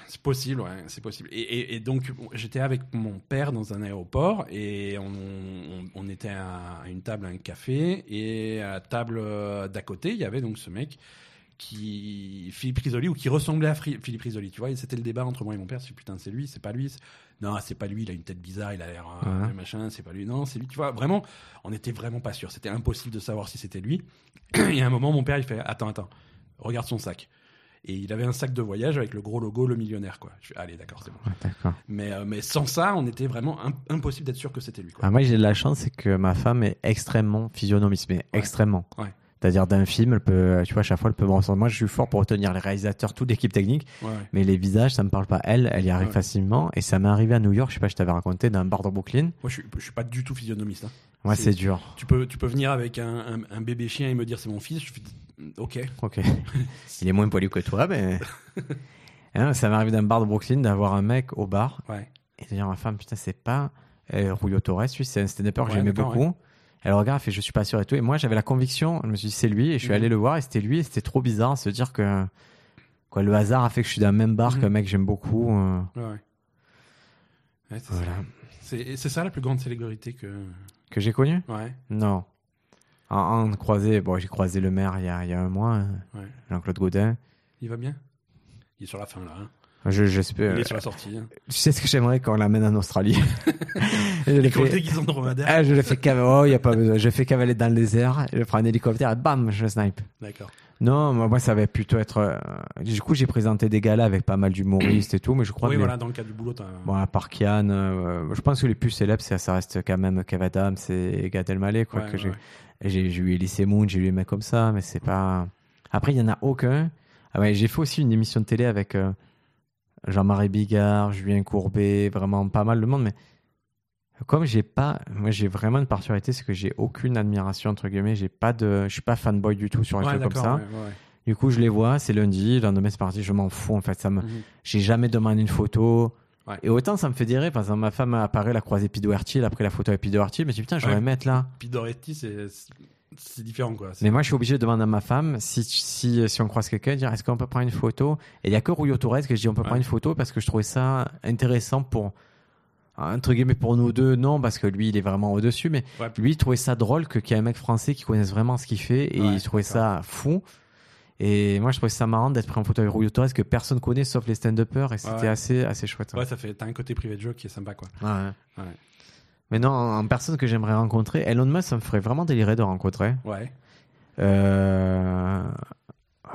Speaker 2: C'est possible, ouais, c'est possible. Et, et- et donc, j'étais avec mon père dans un aéroport et on, on- on était à une table, à un café, et à la table euh, d'à côté, il y avait donc ce mec qui Philippe Risoli ou qui ressemblait à Fri- Philippe Risoli, tu vois, et c'était le débat entre moi et mon père, c'est putain, c'est lui, c'est pas lui, c'est- non, c'est pas lui, il a une tête bizarre, il a l'air euh,
Speaker 1: Ouais.
Speaker 2: machin, c'est pas lui, non, c'est lui, tu vois, vraiment, on était vraiment pas sûr, c'était impossible de savoir si c'était lui. Et à un moment, mon père, il fait, attends, attends, regarde son sac. Et il avait un sac de voyage avec le gros logo, le millionnaire, quoi. Je fais, allez, d'accord, c'est bon.
Speaker 1: D'accord.
Speaker 2: Mais, euh, mais sans ça, on était vraiment im- impossible d'être sûr que c'était lui, quoi.
Speaker 1: Ah, moi j'ai de la chance, c'est que ma femme est extrêmement physionomiste, mais extrêmement.
Speaker 2: Ouais.
Speaker 1: C'est-à-dire d'un film, elle peut, tu vois, à chaque fois elle peut me ressembler. Moi je suis fort pour retenir les réalisateurs, toute l'équipe technique,
Speaker 2: Ouais, ouais.
Speaker 1: mais les visages ça me parle pas. Elle, elle y arrive
Speaker 2: Ouais.
Speaker 1: facilement. Et ça m'est arrivé à New York, je sais pas, je t'avais raconté, d'un bar de Brooklyn.
Speaker 2: Moi, je suis, je suis pas du tout physionomiste. hein.
Speaker 1: Ouais,
Speaker 2: C'est-
Speaker 1: c'est dur.
Speaker 2: Tu peux, tu peux venir avec un, un- un bébé chien et me dire c'est mon fils. Je fais mm, ok.
Speaker 1: Ok. Il est moins poilu que toi, mais. Hein, ça m'est arrivé d'un bar de Brooklyn d'avoir un mec au bar
Speaker 2: Ouais.
Speaker 1: Et d'ailleurs, ma femme, putain, c'est pas euh, Julio Torres, lui, c'est un stand-upper que
Speaker 2: Ouais,
Speaker 1: j'aimais
Speaker 2: d'accord,
Speaker 1: beaucoup. Elle regarde, elle fait je suis pas sûr et tout. Et moi j'avais la conviction, je me suis dit c'est lui et je suis
Speaker 2: Mhm.
Speaker 1: allé le voir et c'était lui et c'était trop bizarre de se dire que quoi le hasard a fait que je suis dans le même bar
Speaker 2: Mhm.
Speaker 1: qu'un mec que j'aime beaucoup. euh,
Speaker 2: Ouais, ouais. Ouais, c'est
Speaker 1: voilà.
Speaker 2: ça. C'est et c'est ça la plus grande célébrité que.
Speaker 1: Que j'ai connu
Speaker 2: Ouais.
Speaker 1: Non. En, en croisé, bon j'ai croisé le maire il y a, il y a un mois, hein,
Speaker 2: Ouais.
Speaker 1: Jean-Claude Gaudin.
Speaker 2: Il va bien Il est sur la fin là. hein.
Speaker 1: Je, j'espère-
Speaker 2: Il est sur la sortie. Hein.
Speaker 1: Tu sais ce que j'aimerais qu'on l'amène en Australie. Et je le
Speaker 2: Les gros
Speaker 1: fais-
Speaker 2: déguisants de dromadaire.
Speaker 1: Ah, je le fais cavaler. Oh, y a pas besoin. Je le fais cavaler dans le désert. Je prends un hélicoptère et bam, je le snipe.
Speaker 2: D'accord.
Speaker 1: Non, moi, moi, ça va plutôt être. euh, Du coup, j'ai présenté des galas avec pas mal d'humoristes et tout, mais je crois
Speaker 2: Oui,
Speaker 1: que. les-
Speaker 2: voilà, dans le cas du boulot, t'as.
Speaker 1: Bon, à part Kian, euh, je pense que les plus célèbres, ça, ça reste quand même Kev Adams et Gad Elmaleh, quoi.
Speaker 2: Ouais,
Speaker 1: que
Speaker 2: ouais,
Speaker 1: j'ai-
Speaker 2: ouais.
Speaker 1: j'ai j'ai eu Elise Moon, j'ai eu des mecs comme ça, mais c'est pas. Après, il y en a aucun. Ah ouais, j'ai fait aussi une émission de télé avec euh, Jean-Marie Bigard, Julien Courbet, vraiment pas mal de monde, mais comme j'ai pas. Moi, j'ai vraiment une particularité, c'est que j'ai aucune admiration, entre guillemets, j'ai pas de. Je suis pas fanboy du tout sur un
Speaker 2: Ouais,
Speaker 1: truc comme
Speaker 2: d'accord,
Speaker 1: ça.
Speaker 2: ouais, ouais, ouais.
Speaker 1: Du coup, je les vois, c'est lundi, le lendemain, c'est parti, je m'en fous, en fait. Ça me...
Speaker 2: Mhm.
Speaker 1: J'ai jamais demandé une photo.
Speaker 2: Ouais.
Speaker 1: Et autant ça me fait dire, par exemple, ma femme a Paris, elle a croisé Pido Hertil, après la photo avec Pido Hertil, mais je me suis dit, putain, je vais
Speaker 2: Ouais.
Speaker 1: la mettre là.
Speaker 2: Puis Doretti, c'est c'est différent quoi. C'est-
Speaker 1: Mais moi, je suis obligé de demander à ma femme si, si, si on croise quelqu'un, dire est-ce qu'on peut prendre une photo Et il n'y a que Rouillot Torres que je dis on peut
Speaker 2: Ouais.
Speaker 1: prendre une photo parce que je trouvais ça intéressant pour, entre guillemets, pour nous deux, non, parce que lui, il est vraiment au-dessus, mais
Speaker 2: Ouais.
Speaker 1: lui, il trouvait ça drôle que- qu'il y ait un mec français qui connaisse vraiment ce qu'il fait et
Speaker 2: Ouais,
Speaker 1: il trouvait ça fou. Et moi, je trouvais ça marrant d'être pris en photo avec Rouillot Torres que personne connaît sauf les stand-uppers et c'était
Speaker 2: Ouais.
Speaker 1: assez, assez chouette.
Speaker 2: Ouais, ça fait. T'as un côté privé de jeu qui est sympa quoi.
Speaker 1: Ouais, ouais.
Speaker 2: Ouais.
Speaker 1: Mais non, en en personne que j'aimerais rencontrer, Elon Musk, ça me ferait vraiment délirer de rencontrer.
Speaker 2: Ouais.
Speaker 1: Euh...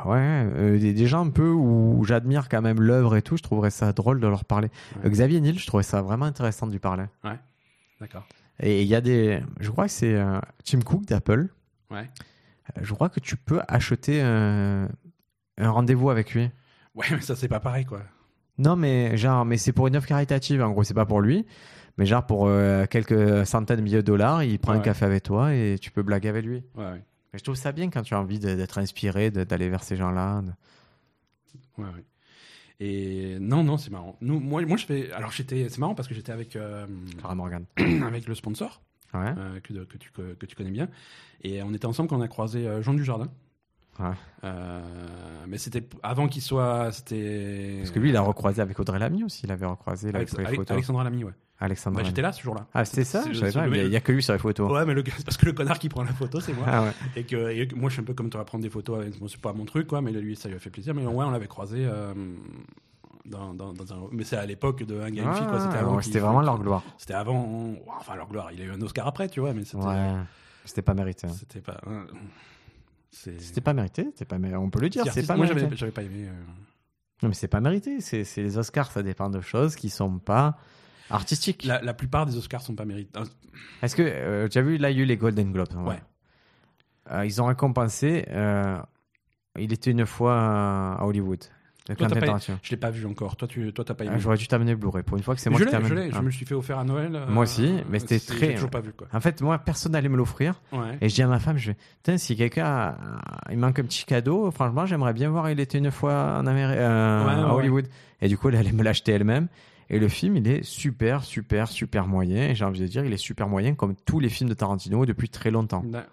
Speaker 1: Ouais, euh, des, des gens un peu où j'admire quand même l'œuvre et tout, je trouverais ça drôle de leur parler.
Speaker 2: Ouais.
Speaker 1: Euh, Xavier Niel, je trouvais ça vraiment intéressant de lui parler.
Speaker 2: D'accord.
Speaker 1: Et il y a des. Je crois que c'est euh, Tim Cook d'Apple.
Speaker 2: Ouais.
Speaker 1: Euh, Je crois que tu peux acheter euh, un rendez-vous avec lui.
Speaker 2: Ouais, mais ça c'est pas pareil quoi.
Speaker 1: Non, mais genre, mais c'est pour une œuvre caritative, en gros, c'est pas pour lui. Mais genre, pour euh, quelques centaines de milliers de dollars, il prend un
Speaker 2: Ouais.
Speaker 1: café avec toi et tu peux blaguer avec lui.
Speaker 2: Ouais, ouais.
Speaker 1: Mais je trouve ça bien quand tu as envie de- d'être inspiré, de- d'aller vers ces gens-là.
Speaker 2: ouais, ouais. Et non, non, c'est marrant. Nous, moi, moi, je fais. Alors, j'étais. C'est marrant parce que j'étais avec euh,
Speaker 1: Clara Morgan.
Speaker 2: avec le sponsor.
Speaker 1: Ouais.
Speaker 2: euh, que, de- que, tu, que, que tu connais bien. Et on était ensemble quand on a croisé euh, Jean Dujardin.
Speaker 1: Ouais.
Speaker 2: Euh, mais c'était p- avant qu'il soit. C'était.
Speaker 1: Parce que lui, il a recroisé avec Audrey Lamy aussi. Il avait recroisé il avait
Speaker 2: Alex-
Speaker 1: pris les
Speaker 2: Ale-
Speaker 1: photos.
Speaker 2: Alexandra Lamy, ouais.
Speaker 1: Alexandre.
Speaker 2: Bah,
Speaker 1: Lamy.
Speaker 2: J'étais là ce jour-là.
Speaker 1: ah, c'était ça
Speaker 2: c'est-
Speaker 1: Je
Speaker 2: c'est
Speaker 1: savais pas. Il
Speaker 2: le
Speaker 1: y a-
Speaker 2: mec-
Speaker 1: il y a que lui sur les photos.
Speaker 2: Ouais, mais le gars, c'est parce que le connard qui prend la photo, c'est moi.
Speaker 1: Ah ouais.
Speaker 2: et, que, et que moi, je suis un peu comme toi à prendre des photos. avec- Bon, c'est pas mon truc, quoi, mais lui, ça lui a fait plaisir. Mais ouais, on l'avait croisé. euh, dans, dans- dans un- Mais c'est à l'époque de un gars et une fille, quoi. C'était
Speaker 1: Ah,
Speaker 2: avant.
Speaker 1: ouais,
Speaker 2: qu'il-
Speaker 1: C'était vraiment leur gloire.
Speaker 2: C'était avant. Enfin, leur gloire. Il a eu un Oscar après, tu vois, mais c'était.
Speaker 1: Ouais. C'était pas mérité. hein.
Speaker 2: C'était pas. c'est-
Speaker 1: C'était pas mérité. C'était pas mérité. On peut le dire.
Speaker 2: Artiste,
Speaker 1: C'est pas
Speaker 2: moi
Speaker 1: mérité.
Speaker 2: j'avais j'avais pas aimé euh,
Speaker 1: Non, mais c'est pas mérité. C'est c'est les Oscars. Ça dépend de choses qui sont pas artistiques.
Speaker 2: la, la plupart des Oscars sont pas mérités Ah,
Speaker 1: Est-ce que euh, tu as vu là il y a eu les Golden Globes hein,
Speaker 2: Ouais.
Speaker 1: Euh, ils ont récompensé. euh, il était une fois euh, à Hollywood. Le
Speaker 2: Toi, t'as
Speaker 1: Quentin
Speaker 2: pas-
Speaker 1: Tarantino.
Speaker 2: je l'ai pas vu encore toi tu toi t'as pas aimé
Speaker 1: Ah, J'aurais dû t'amener le Blu-ray pour une fois que c'est
Speaker 2: Mais
Speaker 1: moi
Speaker 2: je
Speaker 1: qui
Speaker 2: l'ai je
Speaker 1: t'amène.
Speaker 2: l'ai je
Speaker 1: Ah.
Speaker 2: me le suis fait offert à Noël euh,
Speaker 1: Moi aussi, mais c'était
Speaker 2: c'est-
Speaker 1: très-
Speaker 2: j'ai toujours pas vu quoi
Speaker 1: En fait, moi, personne n'allait me l'offrir.
Speaker 2: ouais
Speaker 1: Et je dis à ma femme, je fais, Putain, si quelqu'un a- il manque un petit cadeau, franchement, j'aimerais bien voir Il était une fois en Amérique, euh,
Speaker 2: Ouais, ouais,
Speaker 1: à Hollywood. Et du coup, elle allait me l'acheter elle-même. Et le film, il est super, super, super moyen. Et j'ai envie de dire, il est super moyen comme tous les films de Tarantino depuis très longtemps.
Speaker 2: Da- Ben,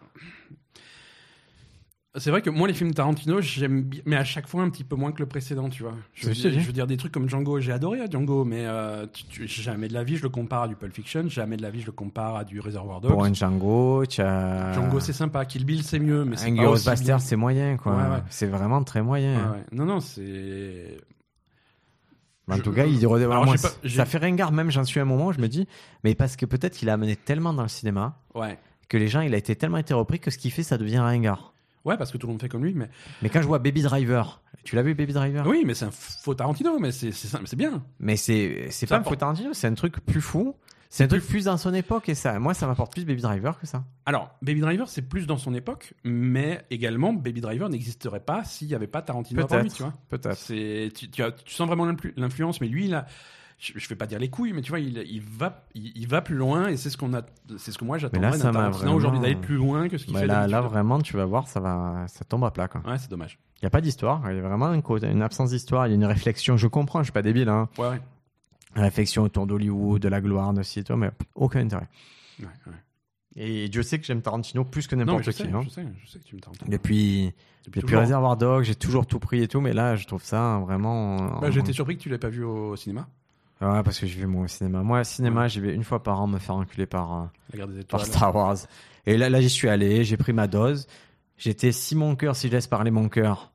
Speaker 2: c'est vrai que moi les films Tarantino j'aime bien mais à chaque fois un petit peu moins que le précédent tu vois je veux,
Speaker 1: C'est
Speaker 2: dire,
Speaker 1: vrai.
Speaker 2: je veux dire des trucs comme Django j'ai adoré euh, Django mais euh, tu- tu- jamais de la vie je le compare à du Pulp Fiction jamais de la vie je le compare à du Reservoir Dogs
Speaker 1: Pour un Django, tu as-
Speaker 2: Django c'est sympa Kill Bill c'est mieux mais c'est
Speaker 1: un
Speaker 2: pas aussi bien.
Speaker 1: Ghostbuster, c'est moyen, quoi.
Speaker 2: Ouais, ouais.
Speaker 1: C'est vraiment très moyen.
Speaker 2: Ouais, ouais. non non c'est
Speaker 1: Mais en
Speaker 2: Je-
Speaker 1: tout cas, il redevient.
Speaker 2: Alors,
Speaker 1: moi,
Speaker 2: j'ai pas- j'ai-
Speaker 1: ça fait ringard, même j'en suis à un moment, je me dis, mais parce que peut-être qu'il a amené tellement dans le cinéma
Speaker 2: ouais
Speaker 1: que les gens, il a été tellement été repris que ce qu'il fait, ça devient ringard.
Speaker 2: Ouais, parce que tout le monde fait comme lui, mais
Speaker 1: Mais quand je vois Baby Driver, tu l'as vu Baby Driver
Speaker 2: oui, mais c'est un faux Tarantino, mais c'est c'est ça- mais c'est bien.
Speaker 1: Mais c'est c'est pas
Speaker 2: Ça
Speaker 1: un
Speaker 2: apporte-
Speaker 1: faux Tarantino, c'est un truc plus fou. C'est un truc plus dans son époque et ça, moi, ça m'apporte plus Baby Driver que ça.
Speaker 2: Alors, Baby Driver, c'est plus dans son époque, mais également Baby Driver n'existerait pas s'il n'y avait pas Tarantino avant lui,
Speaker 1: Peut-être.
Speaker 2: tu vois.
Speaker 1: Peut-être.
Speaker 2: C'est tu, tu as- tu sens vraiment l'influ- l'influence, mais lui, il a, je, je vais pas dire les couilles, mais tu vois, il, il va, il, il va plus loin, et c'est ce qu'on a, c'est ce que moi j'attendrais
Speaker 1: ça
Speaker 2: d'un
Speaker 1: m'a
Speaker 2: Tarantino
Speaker 1: vraiment-
Speaker 2: aujourd'hui d'aller plus loin que ce qu'il
Speaker 1: Bah
Speaker 2: fait.
Speaker 1: là,
Speaker 2: d'habitude.
Speaker 1: là, vraiment, tu vas voir, ça va, ça tombe à plat. Il
Speaker 2: Ouais, c'est dommage.
Speaker 1: n'y a pas d'histoire, il y a vraiment un côté- une absence d'histoire, il y a une réflexion. Je comprends, je suis pas débile. Hein.
Speaker 2: Ouais, ouais.
Speaker 1: Une réflexion autour d'Hollywood, de la gloire, de ci et tout, mais aucun intérêt.
Speaker 2: ouais, ouais.
Speaker 1: Et Dieu sait que j'aime Tarantino plus que
Speaker 2: Non, mais je
Speaker 1: n'importe qui.
Speaker 2: sais,
Speaker 1: hein.
Speaker 2: je sais, je sais que tu me tardes.
Speaker 1: Depuis, depuis
Speaker 2: toujours.
Speaker 1: Reservoir Dog, j'ai toujours tout pris et tout, mais là, je trouve ça vraiment. euh,
Speaker 2: Bah, J'étais surpris que tu l'aies pas vu au cinéma,
Speaker 1: Ouais, parce que je vais moi au cinéma. Moi, au cinéma, j'y vais une fois par an me faire enculer par, euh,
Speaker 2: La Guerre des Étoiles.
Speaker 1: par Star Wars. Et là, là j'y suis allé, j'ai pris ma dose. J'étais si mon cœur, si je laisse parler mon cœur,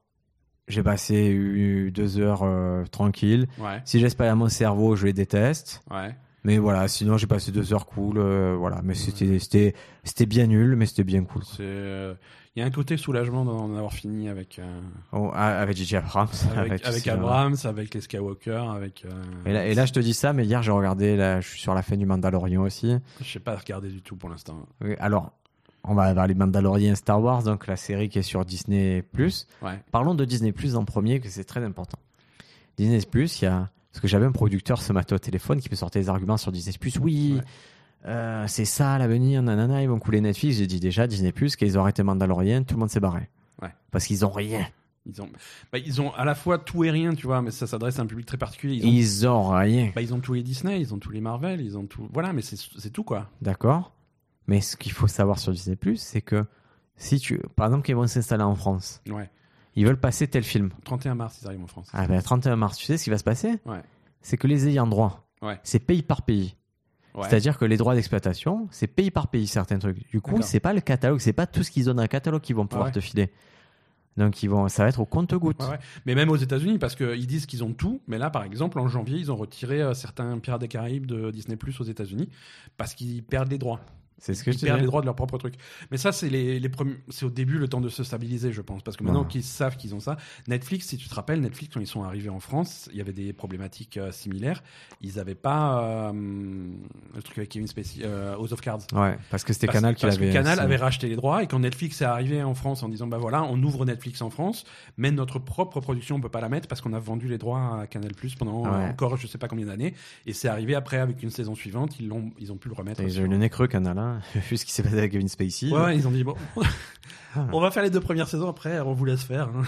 Speaker 1: j'ai passé euh, deux heures euh, tranquille.
Speaker 2: Ouais,
Speaker 1: Si je laisse parler à mon cerveau, je les déteste.
Speaker 2: ouais.
Speaker 1: Mais voilà, sinon j'ai passé deux heures cool. euh, voilà, mais c'était c'était c'était bien nul, mais c'était bien cool.
Speaker 2: C'est, euh, Il y a un côté soulagement d'en avoir fini avec, euh,
Speaker 1: Oh, a- avec J.J. Abrams,
Speaker 2: avec,
Speaker 1: tout
Speaker 2: avec
Speaker 1: ça.
Speaker 2: Abrams, avec les Skywalker, avec. euh,
Speaker 1: Et là, et là, je te dis ça, mais hier j'ai regardé, là, je suis sur la fin du Mandalorian aussi.
Speaker 2: Je sais pas regarder du tout pour l'instant.
Speaker 1: Oui, Alors, on va vers les Mandalorian Star Wars, donc la série qui est sur Disney+.
Speaker 2: Ouais.
Speaker 1: Parlons de Disney+, en premier, que c'est très important. Disney+, il y a... Parce que j'avais un producteur ce matin au téléphone qui me sortait des arguments sur Disney+. Oui,
Speaker 2: Ouais.
Speaker 1: euh, c'est ça l'avenir, nanana, ils vont couler Netflix. J'ai dit déjà, Disney+, qu'ils ont arrêté Mandalorian, tout le monde s'est barré.
Speaker 2: Ouais.
Speaker 1: Parce qu'ils ont rien.
Speaker 2: Ils ont, bah, ils ont à la fois tout et rien, tu vois, mais ça s'adresse à un public très particulier. Ils ont,
Speaker 1: Ils ont rien.
Speaker 2: bah, ils ont tous les Disney, ils ont tous les Marvel, ils ont tout. Voilà, mais c'est c'est tout quoi.
Speaker 1: D'accord Mais ce qu'il faut savoir sur Disney+, c'est que si tu... Par exemple, qu'ils vont s'installer en France.
Speaker 2: Ouais.
Speaker 1: Ils veulent passer tel film.
Speaker 2: 31 mars, ils arrivent en France.
Speaker 1: Ah ben 31 mars, tu sais ce qui va se passer
Speaker 2: Ouais.
Speaker 1: C'est que les ayants droit,
Speaker 2: Ouais.
Speaker 1: c'est pays par pays.
Speaker 2: Ouais.
Speaker 1: C'est-à-dire que les droits d'exploitation, c'est pays par pays certains trucs. Du coup,
Speaker 2: D'accord.
Speaker 1: c'est pas le catalogue, c'est pas tout ce qu'ils donnent un catalogue qu'ils vont pouvoir
Speaker 2: Ouais.
Speaker 1: te filer. Donc ils vont, ça va être au compte-goutte.
Speaker 2: Ouais, ouais. Mais même aux États-Unis, parce qu'ils disent qu'ils ont tout. Mais là, par exemple, en janvier, ils ont retiré euh, certains Pirates des Caraïbes de Disney Plus aux États-Unis parce qu'ils perdent les droits.
Speaker 1: C'est ce que
Speaker 2: ils
Speaker 1: je te
Speaker 2: perdent les
Speaker 1: dis.
Speaker 2: droits de leur propre truc. Mais ça, c'est les, les premiers- c'est au début le temps de se stabiliser, je pense, parce que maintenant
Speaker 1: Ouais.
Speaker 2: qu'ils savent qu'ils ont ça, Netflix, si tu te rappelles, Netflix quand ils sont arrivés en France, il y avait des problématiques euh, similaires. Ils n'avaient pas euh, le truc avec Kevin Spacey, euh, House of Cards.
Speaker 1: Ouais, parce que c'était
Speaker 2: Parce-
Speaker 1: Canal qui
Speaker 2: parce que
Speaker 1: l'avait.
Speaker 2: Canal
Speaker 1: signé.
Speaker 2: avait racheté les droits et quand Netflix est arrivé en France en disant bah voilà, on ouvre Netflix en France, mais notre propre production on peut pas la mettre parce qu'on a vendu les droits à Canal Plus pendant euh,
Speaker 1: Ouais.
Speaker 2: encore je sais pas combien d'années et c'est arrivé après avec une saison suivante, ils l'ont ils ont pu le remettre.
Speaker 1: Et J'ai
Speaker 2: sur-
Speaker 1: eu le nez creux Canal, hein. vu ce qui s'est passé avec Kevin Spacey.
Speaker 2: Ouais, ouais, ils ont dit bon, on va faire les deux premières saisons après, on vous laisse faire. hein.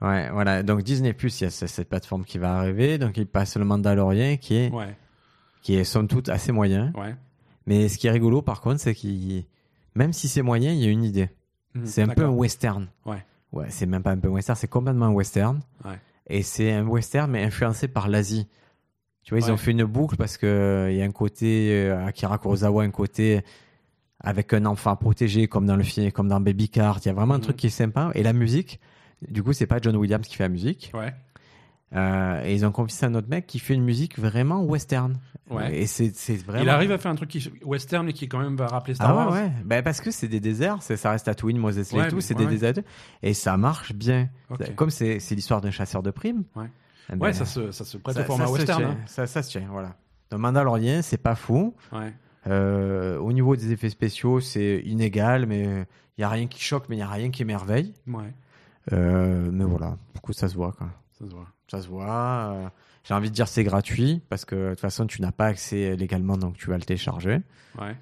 Speaker 1: Ouais, voilà. Donc Disney Plus, il y a ce- cette plateforme qui va arriver. Donc il passe le Mandalorian, qui est,
Speaker 2: Ouais,
Speaker 1: qui est somme toute assez moyen.
Speaker 2: ouais.
Speaker 1: Mais ce qui est rigolo, par contre, c'est qu'il, même si c'est moyen, il y a une idée.
Speaker 2: Mhm,
Speaker 1: C'est un peu un
Speaker 2: d'accord.
Speaker 1: western.
Speaker 2: Ouais.
Speaker 1: Ouais, c'est même pas un peu un western, c'est complètement un western.
Speaker 2: Ouais.
Speaker 1: Et c'est un western, mais influencé par l'Asie. Tu vois, ils
Speaker 2: Ouais.
Speaker 1: ont fait une boucle parce que il y a un côté euh, Akira Kurosawa, un côté avec un enfant protégé, comme dans le film, comme dans Baby Cart. Il y a vraiment un
Speaker 2: Mhm.
Speaker 1: truc qui est sympa. Et la musique, du coup, c'est pas John Williams qui fait la musique.
Speaker 2: Ouais,
Speaker 1: Euh, et ils ont confié ça à notre mec qui fait une musique vraiment western.
Speaker 2: ouais.
Speaker 1: Et c'est c'est vraiment.
Speaker 2: Il arrive à faire un truc qui, western mais qui quand même va rappeler Star
Speaker 1: Ah
Speaker 2: Wars.
Speaker 1: ouais, ouais. Ben, parce que c'est des déserts, c'est- ça reste Tatooine, Mos Eisley
Speaker 2: Ouais,
Speaker 1: et tout,
Speaker 2: mais-
Speaker 1: c'est
Speaker 2: ouais,
Speaker 1: des
Speaker 2: ouais.
Speaker 1: déserts. Et ça marche bien.
Speaker 2: Ok.
Speaker 1: Comme c'est c'est l'histoire d'un chasseur de primes.
Speaker 2: Ouais.
Speaker 1: eh ben,
Speaker 2: Ouais, ça se ça se prête
Speaker 1: ça-
Speaker 2: au format
Speaker 1: ça se
Speaker 2: western.
Speaker 1: tient, ça, ça se tient, voilà. Dans Mandalorian, c'est pas fou.
Speaker 2: hein. Ouais.
Speaker 1: Euh, au niveau des effets spéciaux, c'est inégal, mais il y a rien qui choque, mais il y a rien qui émerveille.
Speaker 2: Ouais.
Speaker 1: Euh, mais voilà, du coup, ça se voit quoi.
Speaker 2: Ça se voit.
Speaker 1: Ça se voit. euh, J'ai envie de dire c'est gratuit parce que de toute façon, tu n'as pas accès légalement, donc tu vas le télécharger.
Speaker 2: Ouais.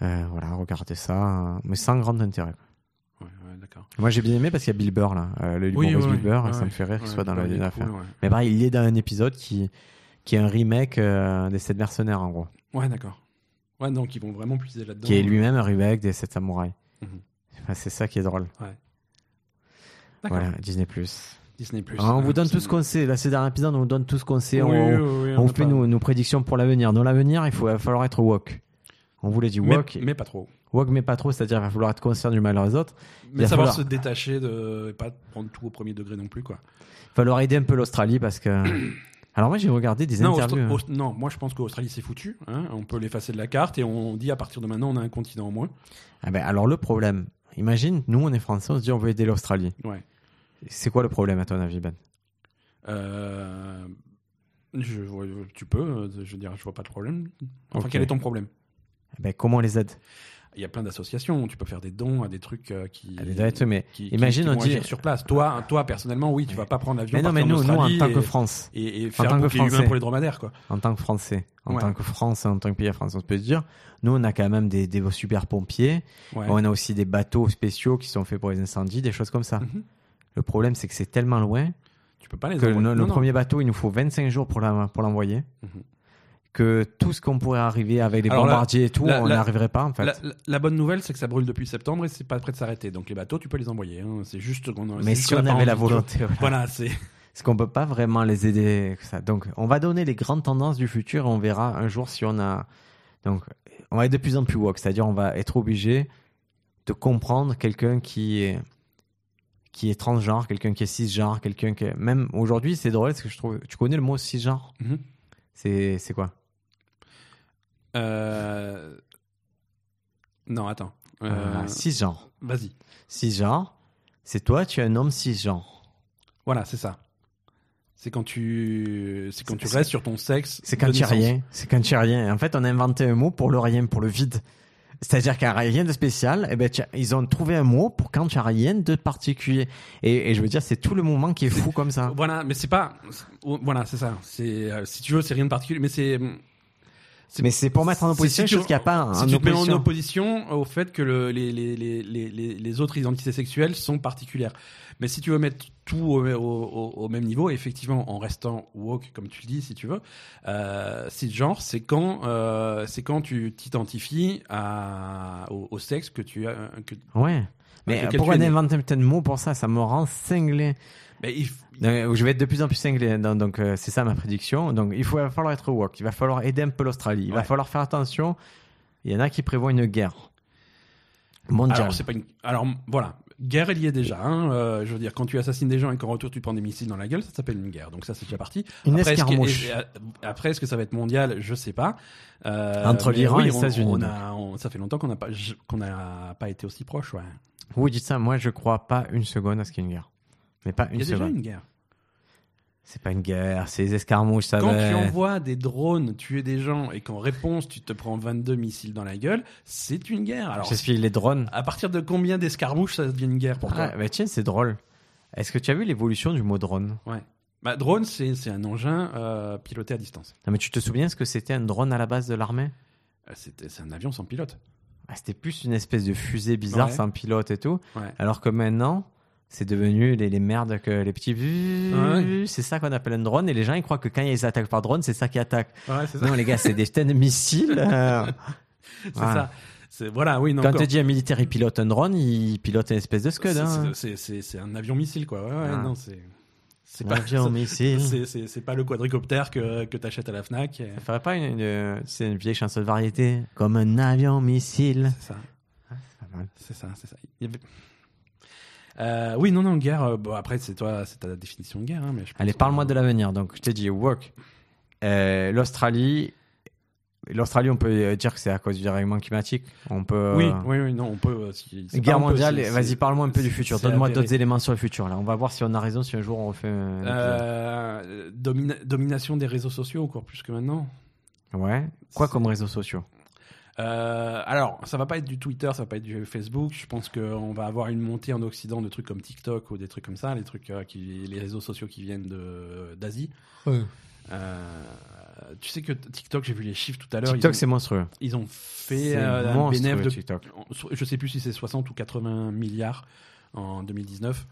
Speaker 1: Euh, voilà, regardez ça, euh, mais sans grand intérêt.
Speaker 2: Ouais, ouais, d'accord.
Speaker 1: Moi j'ai bien aimé parce qu'il y a Bill Burr là, euh, le
Speaker 2: Oui,
Speaker 1: humoriste
Speaker 2: ouais,
Speaker 1: Bill Burr,
Speaker 2: ouais,
Speaker 1: ça me fait rire qu'il soit dans la
Speaker 2: Ouais,
Speaker 1: l'affaire.
Speaker 2: cool, hein. ouais.
Speaker 1: Mais pareil, il est dans un épisode qui, qui est un remake euh, des 7 mercenaires en gros,
Speaker 2: Ouais, d'accord. Ouais, donc ils vont vraiment puiser là-dedans.
Speaker 1: qui est lui-même un remake des 7 samouraïs.
Speaker 2: Mhm.
Speaker 1: Enfin, c'est ça qui est drôle.
Speaker 2: D'accord.
Speaker 1: Voilà, Disney+.
Speaker 2: Disney Plus.
Speaker 1: Alors, on vous donne tout ce qu'on sait, là c'est dans l'épisode, on vous donne tout ce qu'on sait,
Speaker 2: Oui,
Speaker 1: on,
Speaker 2: oui, oui,
Speaker 1: on
Speaker 2: on a
Speaker 1: fait
Speaker 2: pas-
Speaker 1: nos, nos prédictions pour l'avenir. Dans l'avenir, il faut, va falloir être woke. On vous l'a dit,
Speaker 2: Mais,
Speaker 1: woke, mais,
Speaker 2: mais pas trop.
Speaker 1: woke mais pas trop, c'est-à-dire il va falloir être conscient du malheur des autres,
Speaker 2: Mais
Speaker 1: va
Speaker 2: savoir
Speaker 1: falloir-
Speaker 2: se détacher de et pas prendre tout au premier degré non plus quoi.
Speaker 1: il va falloir aider un peu l'Australie parce que... Alors moi j'ai regardé des
Speaker 2: Non,
Speaker 1: interviews... hein.
Speaker 2: Austra- Aust- non, moi je pense qu'Australie c'est foutu. hein. On peut l'effacer de la carte et on dit à partir de maintenant on a un continent en moins.
Speaker 1: Ah ben, alors le problème, imagine, nous on est français, on se dit on veut aider l'Australie.
Speaker 2: Ouais.
Speaker 1: C'est quoi le problème à ton avis, Ben
Speaker 2: Euh, Je vois- tu peux, euh, je veux dire, je vois pas de problème. Enfin,
Speaker 1: Ok.
Speaker 2: quel est ton problème
Speaker 1: Ah ben, Comment on les aide
Speaker 2: Il y a plein d'associations, tu peux faire des dons à des trucs euh, qui.
Speaker 1: Elle est honnête, Eh Ah, ben, mais,
Speaker 2: qui,
Speaker 1: Imagine,
Speaker 2: qui, qui
Speaker 1: on
Speaker 2: vont
Speaker 1: dit-
Speaker 2: agir sur place. Toi, toi personnellement, oui, tu vas pas prendre l'avion.
Speaker 1: mais non, mais
Speaker 2: partir
Speaker 1: nous,
Speaker 2: en
Speaker 1: nous en
Speaker 2: Australie
Speaker 1: tant que
Speaker 2: et-
Speaker 1: France,
Speaker 2: et, et faire
Speaker 1: tant que
Speaker 2: un bouclier humain
Speaker 1: Français.
Speaker 2: pour les dromadaires, quoi.
Speaker 1: en tant que Français, en
Speaker 2: Ouais.
Speaker 1: tant que France, en tant que pays à France, on peut se dire, nous on a quand même des, des super pompiers,
Speaker 2: Ouais.
Speaker 1: on a aussi des bateaux spéciaux qui sont faits pour les incendies, des choses comme ça.
Speaker 2: Mhm.
Speaker 1: Le problème c'est que c'est tellement loin
Speaker 2: Tu peux pas les
Speaker 1: que le,
Speaker 2: envoyer.
Speaker 1: le
Speaker 2: Non, non.
Speaker 1: premier bateau il nous faut 25 jours pour la- pour l'envoyer.
Speaker 2: Mhm.
Speaker 1: que tout ce qu'on pourrait arriver avec les
Speaker 2: Alors là,
Speaker 1: bombardiers et tout,
Speaker 2: là,
Speaker 1: on
Speaker 2: là,
Speaker 1: n'arriverait pas en fait.
Speaker 2: La, la- la bonne nouvelle, c'est que ça brûle depuis septembre et c'est pas prêt de s'arrêter. Donc les bateaux, tu peux les envoyer. hein. C'est juste qu'on en-
Speaker 1: Mais
Speaker 2: c'est juste
Speaker 1: si
Speaker 2: qu'on
Speaker 1: on
Speaker 2: a pas
Speaker 1: avait la
Speaker 2: envie de-
Speaker 1: volonté, voilà.
Speaker 2: Voilà, c'est.
Speaker 1: parce qu'on peut pas vraiment les aider. que Ça. Donc, on va donner les grandes tendances du futur et on verra un jour si on a. Donc, on va être de plus en plus woke, c'est-à-dire on va être obligé de comprendre quelqu'un qui est qui est transgenre, quelqu'un qui est cisgenre, quelqu'un qui est... même aujourd'hui c'est drôle parce que je trouve. Tu connais le mot cisgenre
Speaker 2: Mhm.
Speaker 1: C'est c'est quoi
Speaker 2: Euh, Non, attends. Euh,
Speaker 1: Euh, Cisgenre.
Speaker 2: Vas-y.
Speaker 1: Cisgenre, c'est toi, tu es un homme cisgenre.
Speaker 2: Voilà, c'est ça. C'est quand tu, c'est quand
Speaker 1: C'est-
Speaker 2: tu
Speaker 1: c'est-
Speaker 2: restes sur ton sexe.
Speaker 1: C'est
Speaker 2: de
Speaker 1: quand il n'y a
Speaker 2: naissance.
Speaker 1: rien. C'est quand il n'y a rien. En fait, on a inventé un mot pour le rien, pour le vide. C'est-à-dire qu'il n'y a rien de spécial. Et ben, tu- ils ont trouvé un mot pour quand il n'y a rien de particulier. Et, et je veux dire, c'est tout le moment qui est fou comme ça.
Speaker 2: Voilà, mais c'est pas. Voilà, c'est ça. C'est euh, si tu veux, c'est rien de particulier, mais c'est. c'est-
Speaker 1: Mais c'est pour mettre en opposition
Speaker 2: si tu-
Speaker 1: chose qu'il n'y a pas en,
Speaker 2: Si
Speaker 1: en
Speaker 2: tu te mets en
Speaker 1: opposition.
Speaker 2: Ah, opposition au fait que le- les, les, les, les, les- les autres identités sexuelles sont particulières. Mais si tu veux mettre tout au, au- au- au même niveau, effectivement, en restant woke, comme tu le dis, si tu veux, euh, cisgenre, c'est quand, euh, c'est quand tu t'identifies à- au, au sexe que tu as. Que,
Speaker 1: Ouais. Mais
Speaker 2: lequel
Speaker 1: pourquoi
Speaker 2: tu es né.
Speaker 1: inventer peut-être de mot pour ça Ça me rend cinglé.
Speaker 2: mais il f-
Speaker 1: Donc, je vais être de plus en plus cinglé. Donc, donc, euh, c'est ça ma prédiction. Donc, il faut, il va falloir être woke. Il va falloir aider un peu l'Australie. Il va
Speaker 2: Ouais.
Speaker 1: falloir faire attention. Il y en a qui prévoient une guerre mondiale.
Speaker 2: Alors, c'est pas une... Alors, m- voilà, guerre est liée déjà. hein. Euh, je veux dire, quand tu assassines des gens et qu'en retour tu prends des missiles dans la gueule, ça s'appelle une guerre. Donc ça, c'est déjà parti.
Speaker 1: Une
Speaker 2: après, est-ce que-
Speaker 1: escarmouche.
Speaker 2: et- et- après, est-ce que ça va être mondial Je sais pas. Euh,
Speaker 1: Entre
Speaker 2: mais
Speaker 1: l'Iran et les
Speaker 2: on-
Speaker 1: États-Unis,
Speaker 2: on a- on- Ça fait longtemps qu'on n'a pas, je- qu'on n'a pas été aussi proche. Ouais.
Speaker 1: Vous dites ça, moi je crois pas une seconde à ce qu'il y ait une guerre. Mais pas
Speaker 2: Il y
Speaker 1: une
Speaker 2: a déjà
Speaker 1: seconde.
Speaker 2: une guerre.
Speaker 1: C'est pas une guerre, c'est les escarmouches, ça
Speaker 2: quand
Speaker 1: va.
Speaker 2: tu envoies des drones tuer des gens et qu'en réponse tu te prends 22 missiles dans la gueule, c'est une guerre. Alors,
Speaker 1: Je suis les drones.
Speaker 2: à partir de combien d'escarmouches ça devient une guerre pour toi
Speaker 1: Ah, bah tiens, c'est drôle. Est-ce que tu as vu l'évolution du mot drone
Speaker 2: bah, Drone, c'est c'est un engin euh, piloté à distance.
Speaker 1: Non, mais tu te souviens ce que c'était un drone à la base de l'armée
Speaker 2: Euh, c'était- C'est un avion sans pilote.
Speaker 1: Ah, C'était plus une espèce de fusée bizarre
Speaker 2: Ouais.
Speaker 1: sans pilote et tout.
Speaker 2: Ouais.
Speaker 1: Alors que maintenant, c'est devenu les, les merdes que les petits.
Speaker 2: Ah Ouais.
Speaker 1: C'est ça qu'on appelle un drone. Et les gens, ils croient que quand ils attaquent par drone, c'est ça qui attaque.
Speaker 2: Ouais, c'est ça.
Speaker 1: Non, les gars, c'est des tonnes de missiles. euh,
Speaker 2: C'est
Speaker 1: Voilà.
Speaker 2: ça. C'est- Voilà, oui, non.
Speaker 1: Quand
Speaker 2: encore.
Speaker 1: tu dis un militaire, il pilote un drone, il pilote une espèce de
Speaker 2: C'est-
Speaker 1: scud. hein.
Speaker 2: c'est- c'est- C'est c'est un avion missile, quoi. Ouais, ouais,
Speaker 1: Ah.
Speaker 2: non, c'est. C'est
Speaker 1: Un
Speaker 2: pas,
Speaker 1: avion missile.
Speaker 2: c'est- c'est- c'est pas le quadricoptère que, que t'achètes à la Fnac. et-
Speaker 1: Ça ferait pas une, une- c'est une vieille chanson de variété comme un avion missile.
Speaker 2: C'est ça, c'est ça, c'est ça. Il y avait- Euh, oui, non, non, guerre. euh, bon, après, c'est toi, c'est ta définition de guerre. hein, mais je pense
Speaker 1: Allez,
Speaker 2: que-
Speaker 1: parle-moi de l'avenir. Donc, je t'ai dit Walk, Euh, l'Australie. L'Australie, on peut dire que c'est à cause du dérèglement climatique. On peut.
Speaker 2: Oui,
Speaker 1: euh,
Speaker 2: oui, oui, non, on peut. euh, si- c'est
Speaker 1: Guerre
Speaker 2: pas un peu,
Speaker 1: mondiale.
Speaker 2: c'est-
Speaker 1: Vas-y,
Speaker 2: c'est-
Speaker 1: parle-moi un peu du
Speaker 2: c'est-
Speaker 1: futur.
Speaker 2: c'est
Speaker 1: Donne-moi
Speaker 2: avéré.
Speaker 1: d'autres éléments sur le futur. Là, on va voir si on a raison. Si un jour on refait. un épisode.
Speaker 2: Euh, domina- domination des réseaux sociaux encore plus que maintenant.
Speaker 1: Ouais. Quoi
Speaker 2: c'est-
Speaker 1: comme réseaux sociaux
Speaker 2: Euh, alors, ça va pas être du Twitter, ça va pas être du Facebook. Je pense qu'on va avoir une montée en Occident de trucs comme TikTok ou des trucs comme ça, les trucs euh, qui, les réseaux sociaux qui viennent de d'Asie. Euh, tu sais que TikTok, j'ai vu les chiffres tout à l'heure. ils ont-
Speaker 1: TikTok, c'est monstrueux.
Speaker 2: Ils ont fait
Speaker 1: C'est
Speaker 2: euh, un
Speaker 1: monstrueux,
Speaker 2: bénéfice de
Speaker 1: TikTok.
Speaker 2: je sais plus si c'est 60 ou 80 milliards en 2019.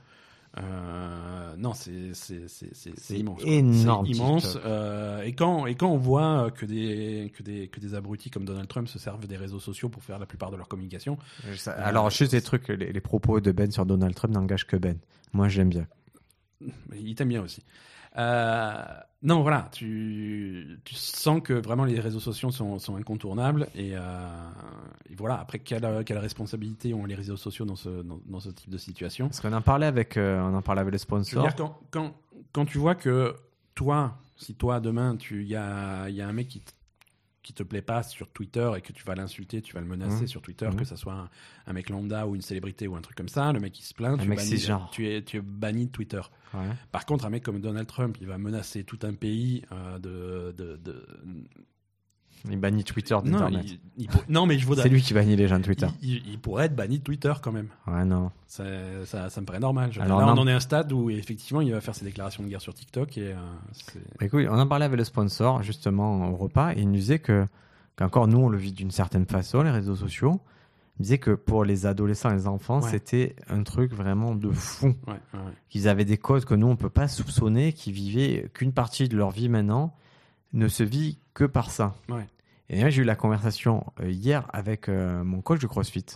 Speaker 2: Euh, non, c'est c'est- c'est- c'est-
Speaker 1: C'est
Speaker 2: c'est immense. quoi.
Speaker 1: énorme,
Speaker 2: C'est immense.
Speaker 1: TikTok.
Speaker 2: Euh, et, quand, et quand on voit euh, que des, que, des, que des abrutis comme Donald Trump se servent des réseaux sociaux pour faire la plupart de leur communication,
Speaker 1: Je sais- Alors, juste les trucs, les, les propos de Ben sur Donald Trump n'engagent que Ben. Moi, j'aime bien.
Speaker 2: il t'aime bien aussi. Euh, non, voilà, tu, tu sens que vraiment les réseaux sociaux sont, sont incontournables. Et, euh, et voilà, après, quelle, euh, quelle responsabilité ont les réseaux sociaux dans ce, dans- dans ce type de situation
Speaker 1: Parce qu'on en parlait avec, euh, on en parlait avec le
Speaker 2: Je veux
Speaker 1: sponsor.
Speaker 2: dire, quand, quand, quand tu vois que toi, si toi, demain, il y a, y a un mec qui, t- qui te plaît pas sur Twitter et que tu vas l'insulter, tu vas le menacer
Speaker 1: Mhm.
Speaker 2: sur Twitter,
Speaker 1: Mhm.
Speaker 2: que ça soit un, un mec lambda ou une célébrité ou un truc comme ça, le mec il se plaint, tu,
Speaker 1: mec
Speaker 2: bannis-
Speaker 1: cisgenre.
Speaker 2: tu, es, tu es banni de Twitter.
Speaker 1: Ouais.
Speaker 2: Par contre, un mec comme Donald Trump, il va menacer tout un pays euh, de. de, de-
Speaker 1: Il bannit Twitter
Speaker 2: Non,
Speaker 1: d'Internet.
Speaker 2: il- il pour- non, mais je voudrais.
Speaker 1: C'est lui qui bannit les gens de Twitter.
Speaker 2: Il, il- il pourrait être banni de Twitter quand même.
Speaker 1: Ouais, non.
Speaker 2: Ça, ça, ça me paraît normal. Je veux
Speaker 1: Alors,
Speaker 2: dire, là,
Speaker 1: non.
Speaker 2: on en est à un stade où effectivement, il va faire ses déclarations de guerre sur TikTok et euh, c'est-
Speaker 1: Bah, écoute, on en parlait avec le sponsor, justement, au repas, et il nous disait que, qu'encore nous, on le vit d'une certaine façon, les réseaux sociaux. Il disait que pour les adolescents et les enfants,
Speaker 2: Ouais.
Speaker 1: c'était un truc vraiment de fou.
Speaker 2: ouais, ouais, ouais.
Speaker 1: Qu'ils avaient des codes que nous, on peut pas soupçonner, qui vivaient qu'une partie de leur vie maintenant. ne se vit que par ça.
Speaker 2: Ouais.
Speaker 1: Et là, j'ai eu la conversation euh, hier avec euh, mon coach de CrossFit.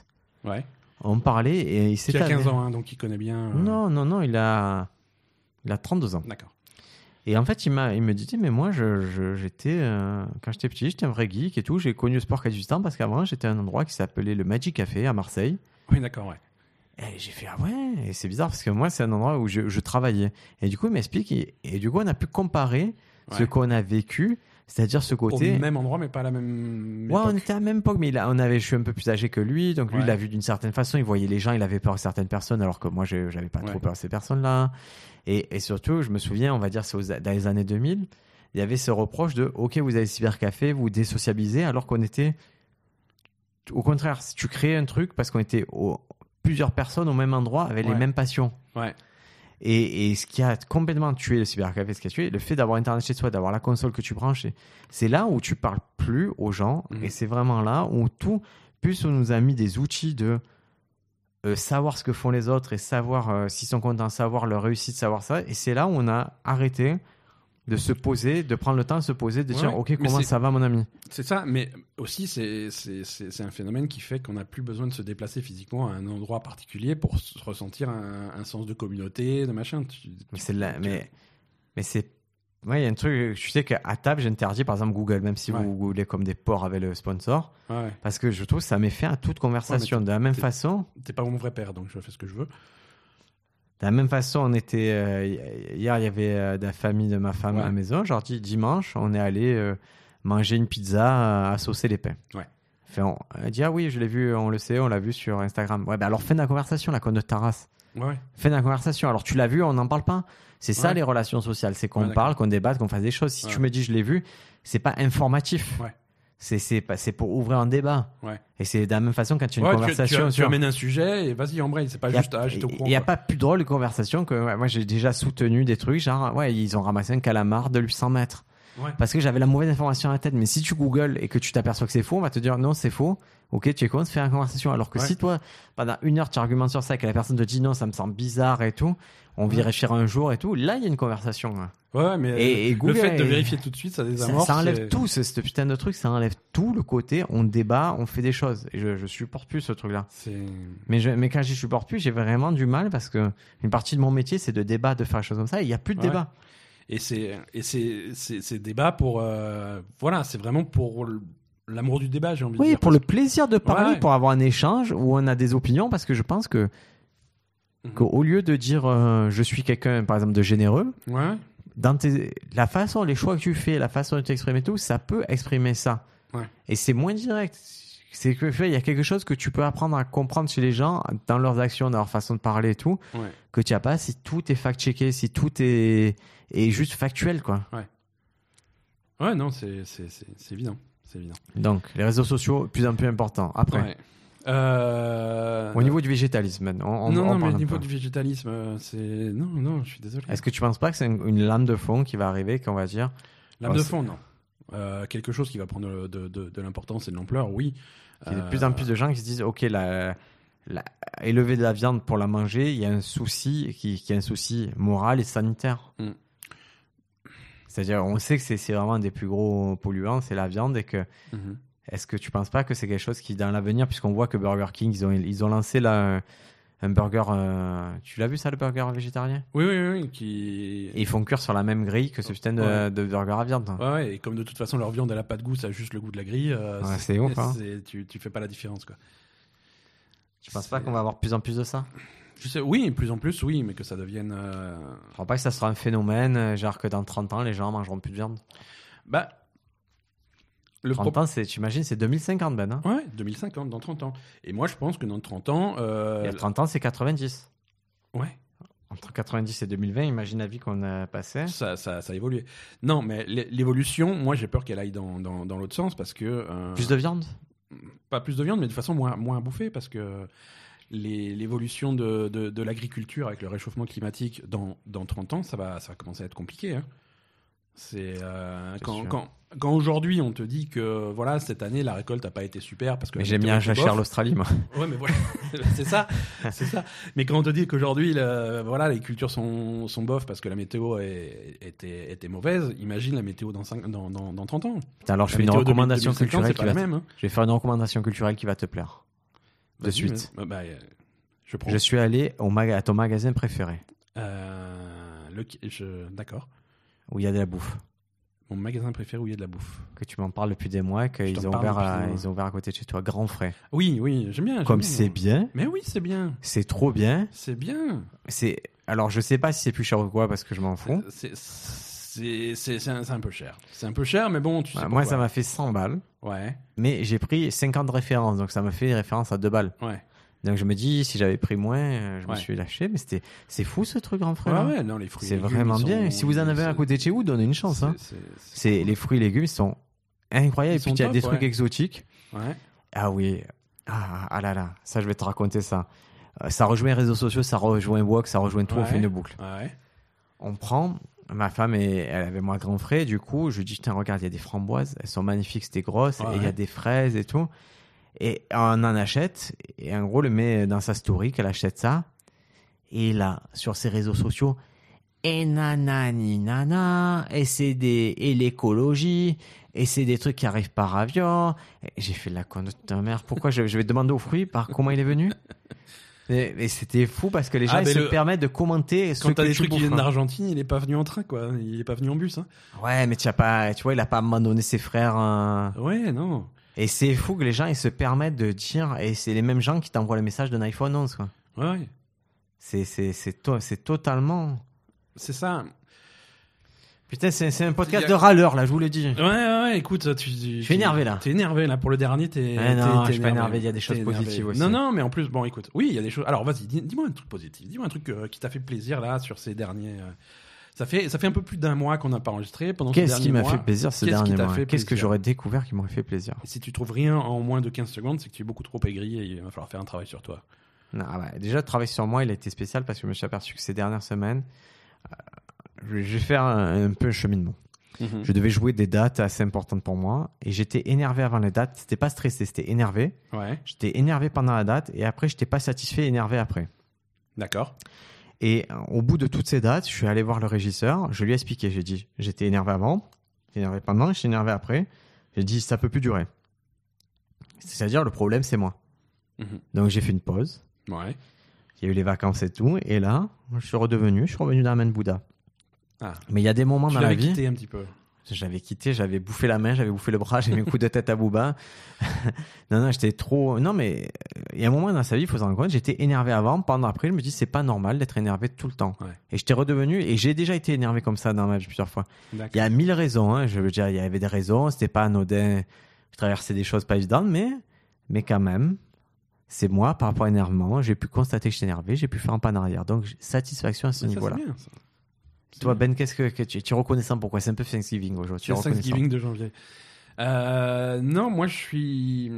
Speaker 2: Ouais.
Speaker 1: On parlait et il s'est
Speaker 2: Qui a 15
Speaker 1: avéré-
Speaker 2: ans, hein, donc il connaît bien. euh,
Speaker 1: Non, non, non, il a, il a 32 ans.
Speaker 2: D'accord.
Speaker 1: Et en fait, il, m'a, il me dit, mais moi, je, je- j'étais, euh, quand j'étais petit, j'étais un vrai geek et tout. J'ai connu le sport qu'à 18 ans parce qu'avant, j'étais à un endroit qui s'appelait le Magic Café à Marseille.
Speaker 2: Oui, d'accord, ouais.
Speaker 1: Et j'ai fait, ah ouais, et c'est bizarre parce que moi, c'est un endroit où je, je travaillais. Et du coup, il m'explique, et, et du coup, on a pu comparer ce
Speaker 2: Ouais.
Speaker 1: qu'on a vécu, c'est-à-dire ce côté.
Speaker 2: Au même endroit, mais pas à la même.
Speaker 1: Ouais, on
Speaker 2: époque.
Speaker 1: était à la même époque, mais il a- on avait, je suis un peu plus âgé que lui, donc lui,
Speaker 2: Ouais.
Speaker 1: il a vu d'une certaine façon, il voyait les gens, il avait peur de certaines personnes, alors que moi, je n'avais pas
Speaker 2: Ouais.
Speaker 1: trop peur de ces personnes-là. Et, et surtout, je me souviens, on va dire, c'est aux- dans les années 2000, il y avait ce reproche de, OK, vous avez cybercafé, vous désocialisez, alors qu'on était, au contraire, si tu créais un truc parce qu'on était au- plusieurs personnes au même endroit avec les
Speaker 2: Ouais.
Speaker 1: mêmes passions.
Speaker 2: Ouais.
Speaker 1: Et, et ce qui a complètement tué le cybercafé, ce qui a tué, le fait d'avoir Internet chez toi, d'avoir la console que tu branches, et- c'est là où tu parles plus aux gens.
Speaker 2: Mhm.
Speaker 1: Et c'est vraiment là où tout, plus on nous a mis des outils de euh, savoir ce que font les autres et savoir euh, s'ils sont contents, savoir leur réussite, savoir ça. Et c'est là où on a arrêté de se poser, de prendre le temps de se poser, de
Speaker 2: Ouais,
Speaker 1: dire,
Speaker 2: ouais.
Speaker 1: OK,
Speaker 2: Mais
Speaker 1: comment
Speaker 2: c'est-
Speaker 1: ça va, mon ami
Speaker 2: C'est ça, mais aussi, c'est- c'est c'est- c'est un phénomène qui fait qu'on n'a plus besoin de se déplacer physiquement à un endroit particulier pour s- ressentir un, un sens de communauté, de machin. Tu- tu-
Speaker 1: Mais c'est de la-
Speaker 2: tu-
Speaker 1: mais, mais c'est. Ouais, il y a un truc. Je sais qu'à table, j'interdis par exemple Google, même si
Speaker 2: Ouais.
Speaker 1: vous googlez comme des porcs avec le sponsor,
Speaker 2: Ouais, ouais.
Speaker 1: parce que je trouve que ça met fin à toute conversation. de la même
Speaker 2: t'es-
Speaker 1: façon,
Speaker 2: T'es pas mon vrai père, donc je fais ce que je veux.
Speaker 1: de la même façon, on était euh, hi- hier, il y avait euh, de la famille de ma femme
Speaker 2: Ouais.
Speaker 1: à la maison. Genre di- dimanche, on est allé euh, manger une pizza euh, à saucer les pains.
Speaker 2: Ouais.
Speaker 1: Fait, on elle dit ah oui, je l'ai vu, on le sait, on l'a vu sur Instagram. Ouais, ben alors fin de la conversation, la conne de Taras.
Speaker 2: Ouais, ouais.
Speaker 1: Fin de la conversation. Alors tu l'as vu, on n'en parle pas. C'est ça
Speaker 2: Ouais.
Speaker 1: les relations sociales, c'est qu'on
Speaker 2: Ouais,
Speaker 1: parle, qu'on débatte, qu'on fasse des choses. Si
Speaker 2: Ouais.
Speaker 1: tu me dis je l'ai vu, c'est pas informatif.
Speaker 2: Ouais.
Speaker 1: C'est c'est pas- c'est pour ouvrir un débat.
Speaker 2: Ouais.
Speaker 1: Et c'est de la même façon quand tu as
Speaker 2: Ouais,
Speaker 1: une
Speaker 2: tu- tu,
Speaker 1: conversation
Speaker 2: tu
Speaker 1: sur-
Speaker 2: amènes un sujet et vas-y, embraye, c'est pas
Speaker 1: il y a-
Speaker 2: juste ah, j'étais au courant.
Speaker 1: Il n'y a pas
Speaker 2: quoi.
Speaker 1: plus drôle de conversation que ouais, moi j'ai déjà soutenu des trucs genre ouais ils ont ramassé un calamar de 800 mètres
Speaker 2: Ouais.
Speaker 1: parce que j'avais la mauvaise information à la tête mais si tu googles et que tu t'aperçois que c'est faux on va te dire non c'est faux ok tu es con de faire une conversation alors que
Speaker 2: Ouais.
Speaker 1: si toi pendant une heure tu argumentes sur ça et que la personne te dit non ça me semble bizarre et tout on
Speaker 2: Ouais.
Speaker 1: vérifiera un jour et tout là il y a une conversation hein.
Speaker 2: Ouais, ouais, mais euh,
Speaker 1: et, et
Speaker 2: le
Speaker 1: Google
Speaker 2: fait de
Speaker 1: est-
Speaker 2: vérifier tout de suite, ça
Speaker 1: ça,
Speaker 2: désamorce. euh,
Speaker 1: ça
Speaker 2: et-
Speaker 1: enlève tout ce, ce putain de truc ça enlève tout le côté on débat on fait des choses et je, je supporte plus ce truc là
Speaker 2: C'est
Speaker 1: mais, je, mais quand j'y supporte plus, j'ai vraiment du mal parce que une partie de mon métier, c'est de débattre, de faire des choses comme ça. et Il n'y a plus de
Speaker 2: Ouais.
Speaker 1: débat.
Speaker 2: et c'est et c'est c'est- c'est débat pour euh, voilà, c'est vraiment pour l- l'amour du débat, j'ai envie de
Speaker 1: Oui,
Speaker 2: dire.
Speaker 1: pour le plaisir de parler,
Speaker 2: ouais.
Speaker 1: pour avoir un échange où on a des opinions, parce que je pense que
Speaker 2: Mhm.
Speaker 1: qu'au lieu de dire euh, je suis quelqu'un, par exemple, de généreux,
Speaker 2: Ouais,
Speaker 1: dans tes- la façon, les choix que tu fais, la façon dont tu exprimes et tout, ça peut exprimer ça.
Speaker 2: Ouais.
Speaker 1: Et c'est moins direct. C'est que tu vois, il y a quelque chose que tu peux apprendre à comprendre chez les gens dans leurs actions, dans leur façon de parler et tout,
Speaker 2: ouais.
Speaker 1: que tu n'as pas si tout est fact-checké, si tout est, est juste factuel, quoi.
Speaker 2: Ouais, non, c'est c'est- c'est- c'est évident. C'est évident.
Speaker 1: Donc, les réseaux sociaux, plus en plus importants. Après,
Speaker 2: Ouais. Euh,
Speaker 1: au niveau du végétalisme, maintenant, on,
Speaker 2: non,
Speaker 1: on
Speaker 2: non, mais
Speaker 1: parle
Speaker 2: au
Speaker 1: un
Speaker 2: niveau
Speaker 1: peu.
Speaker 2: du végétalisme, euh, c'est. Non, non, je suis désolé.
Speaker 1: Est-ce que tu penses pas que c'est une, une lame de fond qui va arriver, qu'on va dire
Speaker 2: L'âme
Speaker 1: Ouais,
Speaker 2: de
Speaker 1: c'est-
Speaker 2: fond, non. Euh, quelque chose qui va prendre de, de, de, de l'importance et de l'ampleur, oui.
Speaker 1: Il y a de
Speaker 2: Euh,
Speaker 1: plus en plus de gens qui se disent, ok, la, la- élever de la viande pour la manger, il y a un souci qui, qui est un souci moral et sanitaire.
Speaker 2: Mm.
Speaker 1: C'est-à-dire, on sait que c'est c'est vraiment un des plus gros polluants, c'est la viande, et que
Speaker 2: mhm.
Speaker 1: Est-ce que tu penses pas que c'est quelque chose qui, dans l'avenir, puisqu'on voit que Burger King, ils ont, ils ont lancé là, un, un burger. euh, tu l'as vu ça, le burger végétarien
Speaker 2: Oui, oui, oui, oui, qui.
Speaker 1: Et ils font cuire sur la même grille que ce putain de,
Speaker 2: Ouais.
Speaker 1: de burger à viande.
Speaker 2: Ouais, ouais, et comme de toute façon leur viande elle a pas de goût, ça a juste le goût de la grille. euh,
Speaker 1: Ouais, c'est ouf, hein.
Speaker 2: c'est- Tu, tu fais pas la différence quoi.
Speaker 1: Tu penses pas qu'on va avoir de plus en plus de ça
Speaker 2: Je sais, oui, plus en plus, oui, mais que ça devienne. euh,
Speaker 1: Je crois pas que ça sera un phénomène, euh, genre que dans 30 ans, les gens mangeront plus de viande.
Speaker 2: Bah. Le
Speaker 1: 30 ans, c'est, tu imagines, c'est 2050, Ben. hein
Speaker 2: pro- Ouais, 2050, dans 30 ans. Et moi je pense que dans 30 ans. euh,
Speaker 1: Il y a 30 ans, c'est 90.
Speaker 2: Ouais,
Speaker 1: Entre 90 et 2020, imagine la vie qu'on a passée.
Speaker 2: ça, ça, ça a évolué. Non, mais l'é- l'évolution, moi j'ai peur qu'elle aille dans, dans, dans l'autre sens parce que. euh,
Speaker 1: Plus de viande
Speaker 2: pas plus de viande, mais de façon moins, moins à bouffer, parce que les- l'évolution de, de- de l'agriculture avec le réchauffement climatique dans, dans 30 ans, ça va, ça va commencer à être compliqué. hein. C'est euh,
Speaker 1: C'est
Speaker 2: quand,
Speaker 1: sûr.
Speaker 2: quand, quand aujourd'hui on te dit que voilà cette année la récolte n'a pas été super parce que
Speaker 1: Mais j'aime bien
Speaker 2: Bof.
Speaker 1: jachère l'Australie, moi.
Speaker 2: Ouais, mais voilà, c'est ça, c'est ça. Mais quand on te dit qu'aujourd'hui, le- voilà, les cultures sont, sont bof parce que la météo est- était, était mauvaise, imagine la météo dans, cinq- dans, dans, dans 30 ans.
Speaker 1: Putain, alors je
Speaker 2: La
Speaker 1: fais une
Speaker 2: météo de
Speaker 1: recommandation
Speaker 2: 2050,
Speaker 1: culturelle
Speaker 2: c'est
Speaker 1: qui
Speaker 2: pas
Speaker 1: va.
Speaker 2: la
Speaker 1: te-
Speaker 2: même. hein.
Speaker 1: Je vais faire une recommandation culturelle qui va te plaire. De
Speaker 2: Vas-y,
Speaker 1: suite.
Speaker 2: mais- bah, bah, euh, je prends.
Speaker 1: Je suis allé au maga- à ton magasin préféré
Speaker 2: Euh, le, je- D'accord.
Speaker 1: où il y a de la bouffe.
Speaker 2: Mon magasin préféré où il y a de la bouffe.
Speaker 1: Que tu m'en parles depuis des mois,
Speaker 2: t'en
Speaker 1: qu'ils ont
Speaker 2: parle
Speaker 1: ouvert,
Speaker 2: depuis
Speaker 1: à-
Speaker 2: des mois. Ah,
Speaker 1: ils ont ouvert à côté de chez toi, grand frais.
Speaker 2: Oui, oui, j'aime bien. j'aime
Speaker 1: Comme c'est bien,
Speaker 2: Mais oui, c'est bien.
Speaker 1: c'est trop bien.
Speaker 2: C'est bien.
Speaker 1: C'est alors je sais pas si c'est plus cher ou quoi parce que je m'en fous.
Speaker 2: C'est- C'est c'est- c'est un, c'est un peu cher. C'est un peu cher, mais bon, tu sais.
Speaker 1: Voilà, Bah, moi ça
Speaker 2: pourquoi.
Speaker 1: m'a fait 100 balles,
Speaker 2: Ouais,
Speaker 1: mais j'ai pris 50 références donc ça m'a fait référence à 2 balles.
Speaker 2: ouais.
Speaker 1: Donc je me dis si j'avais pris moins, euh, je me
Speaker 2: Ouais.
Speaker 1: suis lâché mais c'était c'est fou ce truc grand
Speaker 2: Ouais,
Speaker 1: frère.
Speaker 2: ouais, non, les fruits. et
Speaker 1: Ah c'est
Speaker 2: légumes,
Speaker 1: vraiment
Speaker 2: ils
Speaker 1: bien.
Speaker 2: sont-
Speaker 1: si vous en avez un à
Speaker 2: c'est-
Speaker 1: côté de chez vous, donnez une chance hein.
Speaker 2: C'est- c'est-
Speaker 1: C'est les fruits et légumes sont incroyables
Speaker 2: Ils
Speaker 1: et puis
Speaker 2: sont
Speaker 1: il y a
Speaker 2: top,
Speaker 1: des trucs
Speaker 2: ouais.
Speaker 1: exotiques.
Speaker 2: Ouais.
Speaker 1: Ah oui. Ah, ah là là, ça je vais te raconter ça. Euh, Ça rejoint les réseaux sociaux, ça rejoint Wok, ça rejoint tout, on
Speaker 2: Ouais.
Speaker 1: fait une boucle.
Speaker 2: Ouais.
Speaker 1: On prend, ma femme, et, elle avait moins grand frais, du coup, je lui dis, tiens, regarde, il y a des framboises, elles sont magnifiques, c'était grosses,
Speaker 2: Ouais.
Speaker 1: et il y a des fraises et tout. Et on en achète, et en gros, le met dans sa story qu'elle achète ça. Et là, sur ses réseaux sociaux, et nanani nana, et c'est des, et l'écologie, et c'est des trucs qui arrivent par avion. Et J'ai fait la conne de ta mère, pourquoi je, je vais demander au fruit par comment il est venu? Et, et c'était fou parce que les gens
Speaker 2: Ah,
Speaker 1: ils
Speaker 2: mais
Speaker 1: se
Speaker 2: le-
Speaker 1: permettent de commenter ce
Speaker 2: Quand t'as
Speaker 1: que
Speaker 2: des
Speaker 1: tu
Speaker 2: trucs qui
Speaker 1: bouffes,
Speaker 2: viennent
Speaker 1: hein.
Speaker 2: d'Argentine, il est pas venu en train, quoi. Il est pas venu en bus. Hein.
Speaker 1: Ouais, mais tu as pas, tu vois, il a pas abandonné ses frères. hein.
Speaker 2: Ouais, non.
Speaker 1: Et c'est fou que les gens ils se permettent de dire, et c'est les mêmes gens qui t'envoient le message d'un iPhone 11, quoi.
Speaker 2: Ouais, ouais.
Speaker 1: C'est, c'est, c'est, to- c'est totalement.
Speaker 2: C'est ça.
Speaker 1: Putain, c'est, c'est un podcast
Speaker 2: Il y a-
Speaker 1: de râleur, là, je vous le dis.
Speaker 2: Ouais, ouais, ouais, écoute, tu- tu. Je
Speaker 1: suis énervé, là.
Speaker 2: T'es énervé là pour le dernier, t'es.
Speaker 1: Ouais, non,
Speaker 2: t'es- t'es
Speaker 1: je suis pas énervé, il y a des choses
Speaker 2: T'es énervé.
Speaker 1: positives aussi.
Speaker 2: Non, non, mais en plus, bon, écoute, oui, il y a des choses. Alors, vas-y, dis- dis-moi un truc positif. Dis-moi un truc euh, qui t'a fait plaisir là sur ces derniers. euh, Ça fait, ça fait un peu plus d'un mois qu'on n'a pas enregistré. Pendant ces
Speaker 1: Qu'est-ce qui
Speaker 2: derniers
Speaker 1: m'a
Speaker 2: mois,
Speaker 1: fait plaisir ce
Speaker 2: qu'est-ce qui
Speaker 1: dernier
Speaker 2: t'a
Speaker 1: mois
Speaker 2: fait
Speaker 1: Qu'est-ce que
Speaker 2: plaisir
Speaker 1: j'aurais découvert qui m'aurait fait plaisir
Speaker 2: Si tu trouves rien en moins de 15 secondes, c'est que tu es beaucoup trop aigri et il va falloir faire un travail sur toi.
Speaker 1: Non, ah ouais, Déjà, le travail sur moi, il a été spécial parce que je me suis aperçu que ces dernières semaines, euh, je vais- je vais faire un, un peu un cheminement. Je devais jouer des dates assez importantes pour moi et j'étais énervé avant les dates. C'était pas stressé, c'était énervé.
Speaker 2: Ouais,
Speaker 1: J'étais énervé pendant la date et après, j'étais pas satisfait, énervé après.
Speaker 2: d'accord.
Speaker 1: Et euh, au bout de toutes ces dates, je suis allé voir le régisseur, je lui ai expliqué, j'ai dit, j'étais énervé avant, j'étais énervé pendant, j'étais énervé après. J'ai dit, ça peut plus durer. C'est-à-dire, le problème, c'est moi.
Speaker 2: Mhm.
Speaker 1: Donc j'ai fait une pause,
Speaker 2: Ouais.
Speaker 1: il y a eu les vacances et tout, et là, je suis redevenu, je suis revenu dans Amen Bouddha.
Speaker 2: Ah.
Speaker 1: Mais il y a des moments
Speaker 2: Tu
Speaker 1: dans la
Speaker 2: l'avais
Speaker 1: vie,
Speaker 2: quitté un petit peu.
Speaker 1: j'avais quitté, j'avais bouffé la main, j'avais bouffé le bras, j'avais mis un coup de tête à Bouba. non, non, j'étais trop. Non, mais euh, il y a un moment dans sa vie, il faut s'en rendre compte, j'étais énervé avant, pendant après, je me dis, c'est pas normal d'être énervé tout le temps.
Speaker 2: Ouais.
Speaker 1: Et j'étais redevenu, et j'ai déjà été énervé comme ça dans ma vie plusieurs fois. Il y
Speaker 2: D'accord.
Speaker 1: a mille raisons, hein, je veux dire, il y avait des raisons, c'était pas anodin, je traversais des choses pas évidentes, mais, mais quand même, c'est moi par rapport à l'énervement, j'ai pu constater que j'étais énervé, j'ai pu faire un pas en arrière. Donc, j'ai- satisfaction à ce
Speaker 2: Mais ça,
Speaker 1: niveau-là.
Speaker 2: c'est bien, ça. C'est
Speaker 1: Toi,
Speaker 2: bien.
Speaker 1: Ben, qu'est-ce que, que tu, tu es reconnaissant Pourquoi C'est un peu Thanksgiving aujourd'hui. tu es
Speaker 2: le
Speaker 1: reconnaissant.
Speaker 2: Thanksgiving de janvier. Euh, non, moi je suis.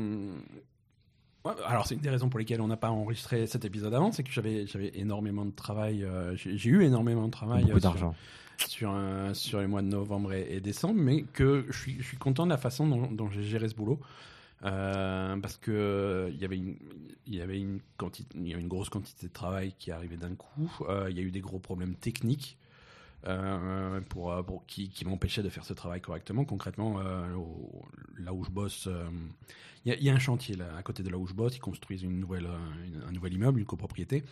Speaker 2: Ouais, Alors c'est une des raisons pour lesquelles on n'a pas enregistré cet épisode avant, c'est que j'avais j'avais énormément de travail. euh, j'ai j'ai eu énormément de travail. euh,
Speaker 1: Beaucoup
Speaker 2: sur-
Speaker 1: d'argent.
Speaker 2: sur, un- sur les mois de novembre et, et décembre, mais que je suis, je suis content de la façon dont, dont j'ai géré ce boulot. Euh, parce que euh, il y avait une il y avait une quantité il y avait une grosse quantité de travail qui arrivait d'un coup Euh, il y a eu des gros problèmes techniques euh, pour, euh, pour- qui, qui m'empêchaient de faire ce travail correctement concrètement euh, au- là où je bosse euh, il y, a- il y a un chantier là, à côté de là où je bosse ils construisent une nouvelle euh, une- un nouvel immeuble une copropriété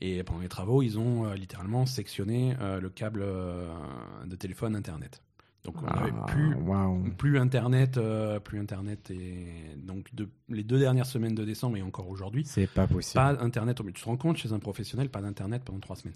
Speaker 2: et pendant les travaux, ils ont euh, littéralement sectionné euh, le câble euh, de téléphone Internet. Donc on
Speaker 1: Ah,
Speaker 2: n'avait plus,
Speaker 1: waouh.
Speaker 2: plus Internet, euh, plus Internet. Et donc de- les deux dernières semaines de décembre et encore aujourd'hui,
Speaker 1: C'est pas possible.
Speaker 2: pas Internet. Mais tu te rends compte, chez un professionnel, pas d'Internet pendant trois semaines.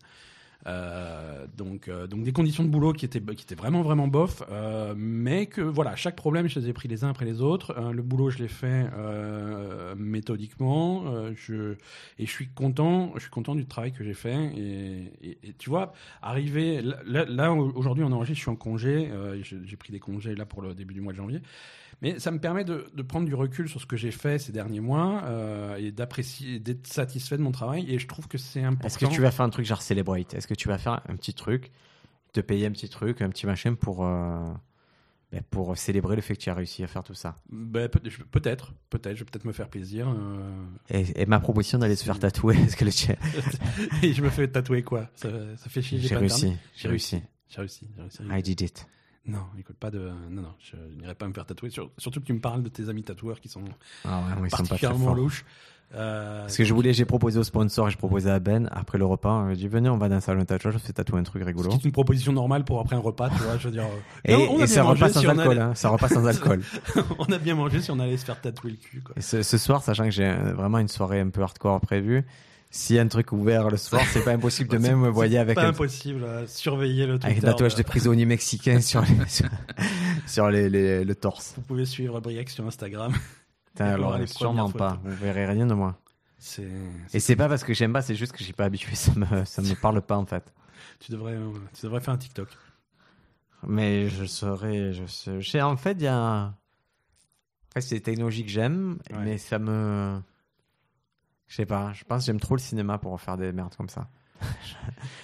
Speaker 2: Euh, donc, euh, donc des conditions de boulot qui étaient, qui étaient vraiment vraiment bof, euh, mais que voilà, chaque problème je les ai pris les uns après les autres. Euh, le boulot je l'ai fait euh, méthodiquement, euh, je, et je suis content, je suis content du travail que j'ai fait. Et, et- et tu vois, arrivé là, là- là, aujourd'hui on enregistre, je suis en congé, euh, j'ai j'ai pris des congés là pour le début du mois de janvier, mais ça me permet de, de prendre du recul sur ce que j'ai fait ces derniers mois euh, et d'apprécier, d'être satisfait de mon travail. Et je trouve que c'est important.
Speaker 1: Est-ce que tu vas faire un truc genre Celebrate Est-ce que tu vas faire un petit truc te payer un petit truc, un petit machin pour, euh, ben, pour célébrer le fait que tu as réussi à faire tout ça.
Speaker 2: Ben, peut- je- peut-être, peut-être, je vais peut-être me faire plaisir. euh,
Speaker 1: Et, et ma proposition d'aller se faire tatouer, est-ce que le tien
Speaker 2: Et je me fais tatouer quoi ça, ça fait chier.
Speaker 1: J'ai
Speaker 2: pas le permis.
Speaker 1: réussi, j'ai
Speaker 2: J'ai
Speaker 1: réussi.
Speaker 2: J'ai réussi. J'ai réussi.
Speaker 1: I did it.
Speaker 2: Non, écoute pas de. Non, non, je n'irai pas me faire tatouer. Sur- Surtout que tu me parles de tes amis tatoueurs qui sont
Speaker 1: Ah ouais, non, ils sont pas très
Speaker 2: particulièrement
Speaker 1: forts.
Speaker 2: louches. Euh,
Speaker 1: Parce que je voulais, j'ai proposé au sponsor et je proposais à Ben après le repas. On m'a dit venez, on va dans un salon de tatouage, on se fait tatouer un truc
Speaker 2: ce
Speaker 1: rigolo.
Speaker 2: qui est une proposition normale pour après un repas, tu vois. Je veux dire. euh,
Speaker 1: Et,
Speaker 2: on a
Speaker 1: et
Speaker 2: bien
Speaker 1: ça
Speaker 2: mangé,
Speaker 1: repasse sans
Speaker 2: si on allait-
Speaker 1: alcool. hein, ça repasse sans alcool.
Speaker 2: euh, on a bien mangé si on allait se faire tatouer le cul quoi.
Speaker 1: Et ce, ce soir, sachant que j'ai euh, vraiment une soirée un peu hardcore prévue, s'il y a un truc ouvert le soir, c'est pas impossible de
Speaker 2: C'est-
Speaker 1: même me
Speaker 2: c'est
Speaker 1: voyer avec
Speaker 2: pas
Speaker 1: un,
Speaker 2: impossible. euh, surveiller le Twitter. euh,
Speaker 1: avec un tatouage
Speaker 2: de-
Speaker 1: de prisonnier mexicain sur, les- sur, sur les- les- le torse.
Speaker 2: Vous pouvez suivre Briac sur Instagram.
Speaker 1: Putain,
Speaker 2: Et
Speaker 1: alors,
Speaker 2: voir les
Speaker 1: sûrement
Speaker 2: premières
Speaker 1: pas. Vous verrez rien de moi.
Speaker 2: C'est.
Speaker 1: Et c'est pas parce que j'aime pas, c'est juste que j'ai pas habitué. Ça me, ça me parle pas en fait.
Speaker 2: Tu devrais, euh, tu devrais faire un TikTok.
Speaker 1: Mais je serais. Je sais, je sais, en fait, il y a. Après, c'est des technologies que j'aime,
Speaker 2: Ouais.
Speaker 1: mais ça me. Je sais pas, je pense que j'aime trop le cinéma pour en faire des merdes comme ça. Là,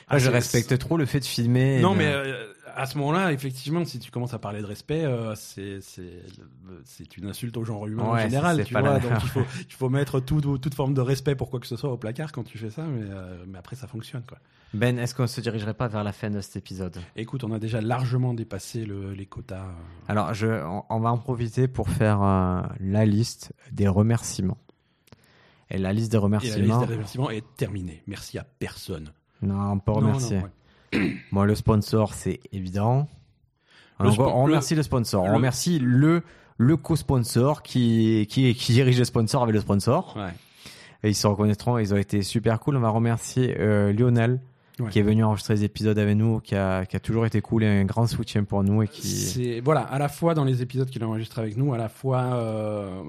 Speaker 2: Ah,
Speaker 1: je
Speaker 2: c'est-
Speaker 1: respecte trop le fait de filmer. et
Speaker 2: Non,
Speaker 1: de-
Speaker 2: mais euh, à ce moment-là, effectivement, si tu commences à parler de respect, euh, c'est c'est- le- c'est une insulte au genre humain en
Speaker 1: Ouais, c'est-
Speaker 2: général.
Speaker 1: c'est
Speaker 2: Tu
Speaker 1: pas la
Speaker 2: vois,
Speaker 1: même.
Speaker 2: donc il faut, il faut mettre tout- toute forme de respect pour quoi que ce soit au placard quand tu fais ça, mais, euh, mais après ça fonctionne. Quoi.
Speaker 1: Ben, est-ce qu'on se dirigerait pas vers la fin de cet épisode
Speaker 2: Écoute, on a déjà largement dépassé le- les quotas. euh.
Speaker 1: Alors, je, on, on va en profiter pour faire euh, la liste des remerciements. Et la liste des
Speaker 2: Et la liste
Speaker 1: remerciements.
Speaker 2: des remerciements est terminée. Merci à personne.
Speaker 1: Non, on peut
Speaker 2: Non, non,
Speaker 1: remercier.
Speaker 2: ouais.
Speaker 1: Moi, le sponsor, c'est évident.
Speaker 2: Le
Speaker 1: On-
Speaker 2: spo-
Speaker 1: on remercie le, sponsor. On
Speaker 2: le-
Speaker 1: remercie le, le co-sponsor qui, qui, qui dirige le sponsor avec le sponsor.
Speaker 2: Ouais.
Speaker 1: Et ils se reconnaîtront. Ils ont été super cool. On va remercier euh, Lionel
Speaker 2: Ouais.
Speaker 1: qui est venu enregistrer les épisodes avec nous, qui a, qui a toujours été cool et un grand soutien pour nous et qui.
Speaker 2: C'est voilà, à la fois dans les épisodes qu'il a enregistrés avec nous, à la fois euh,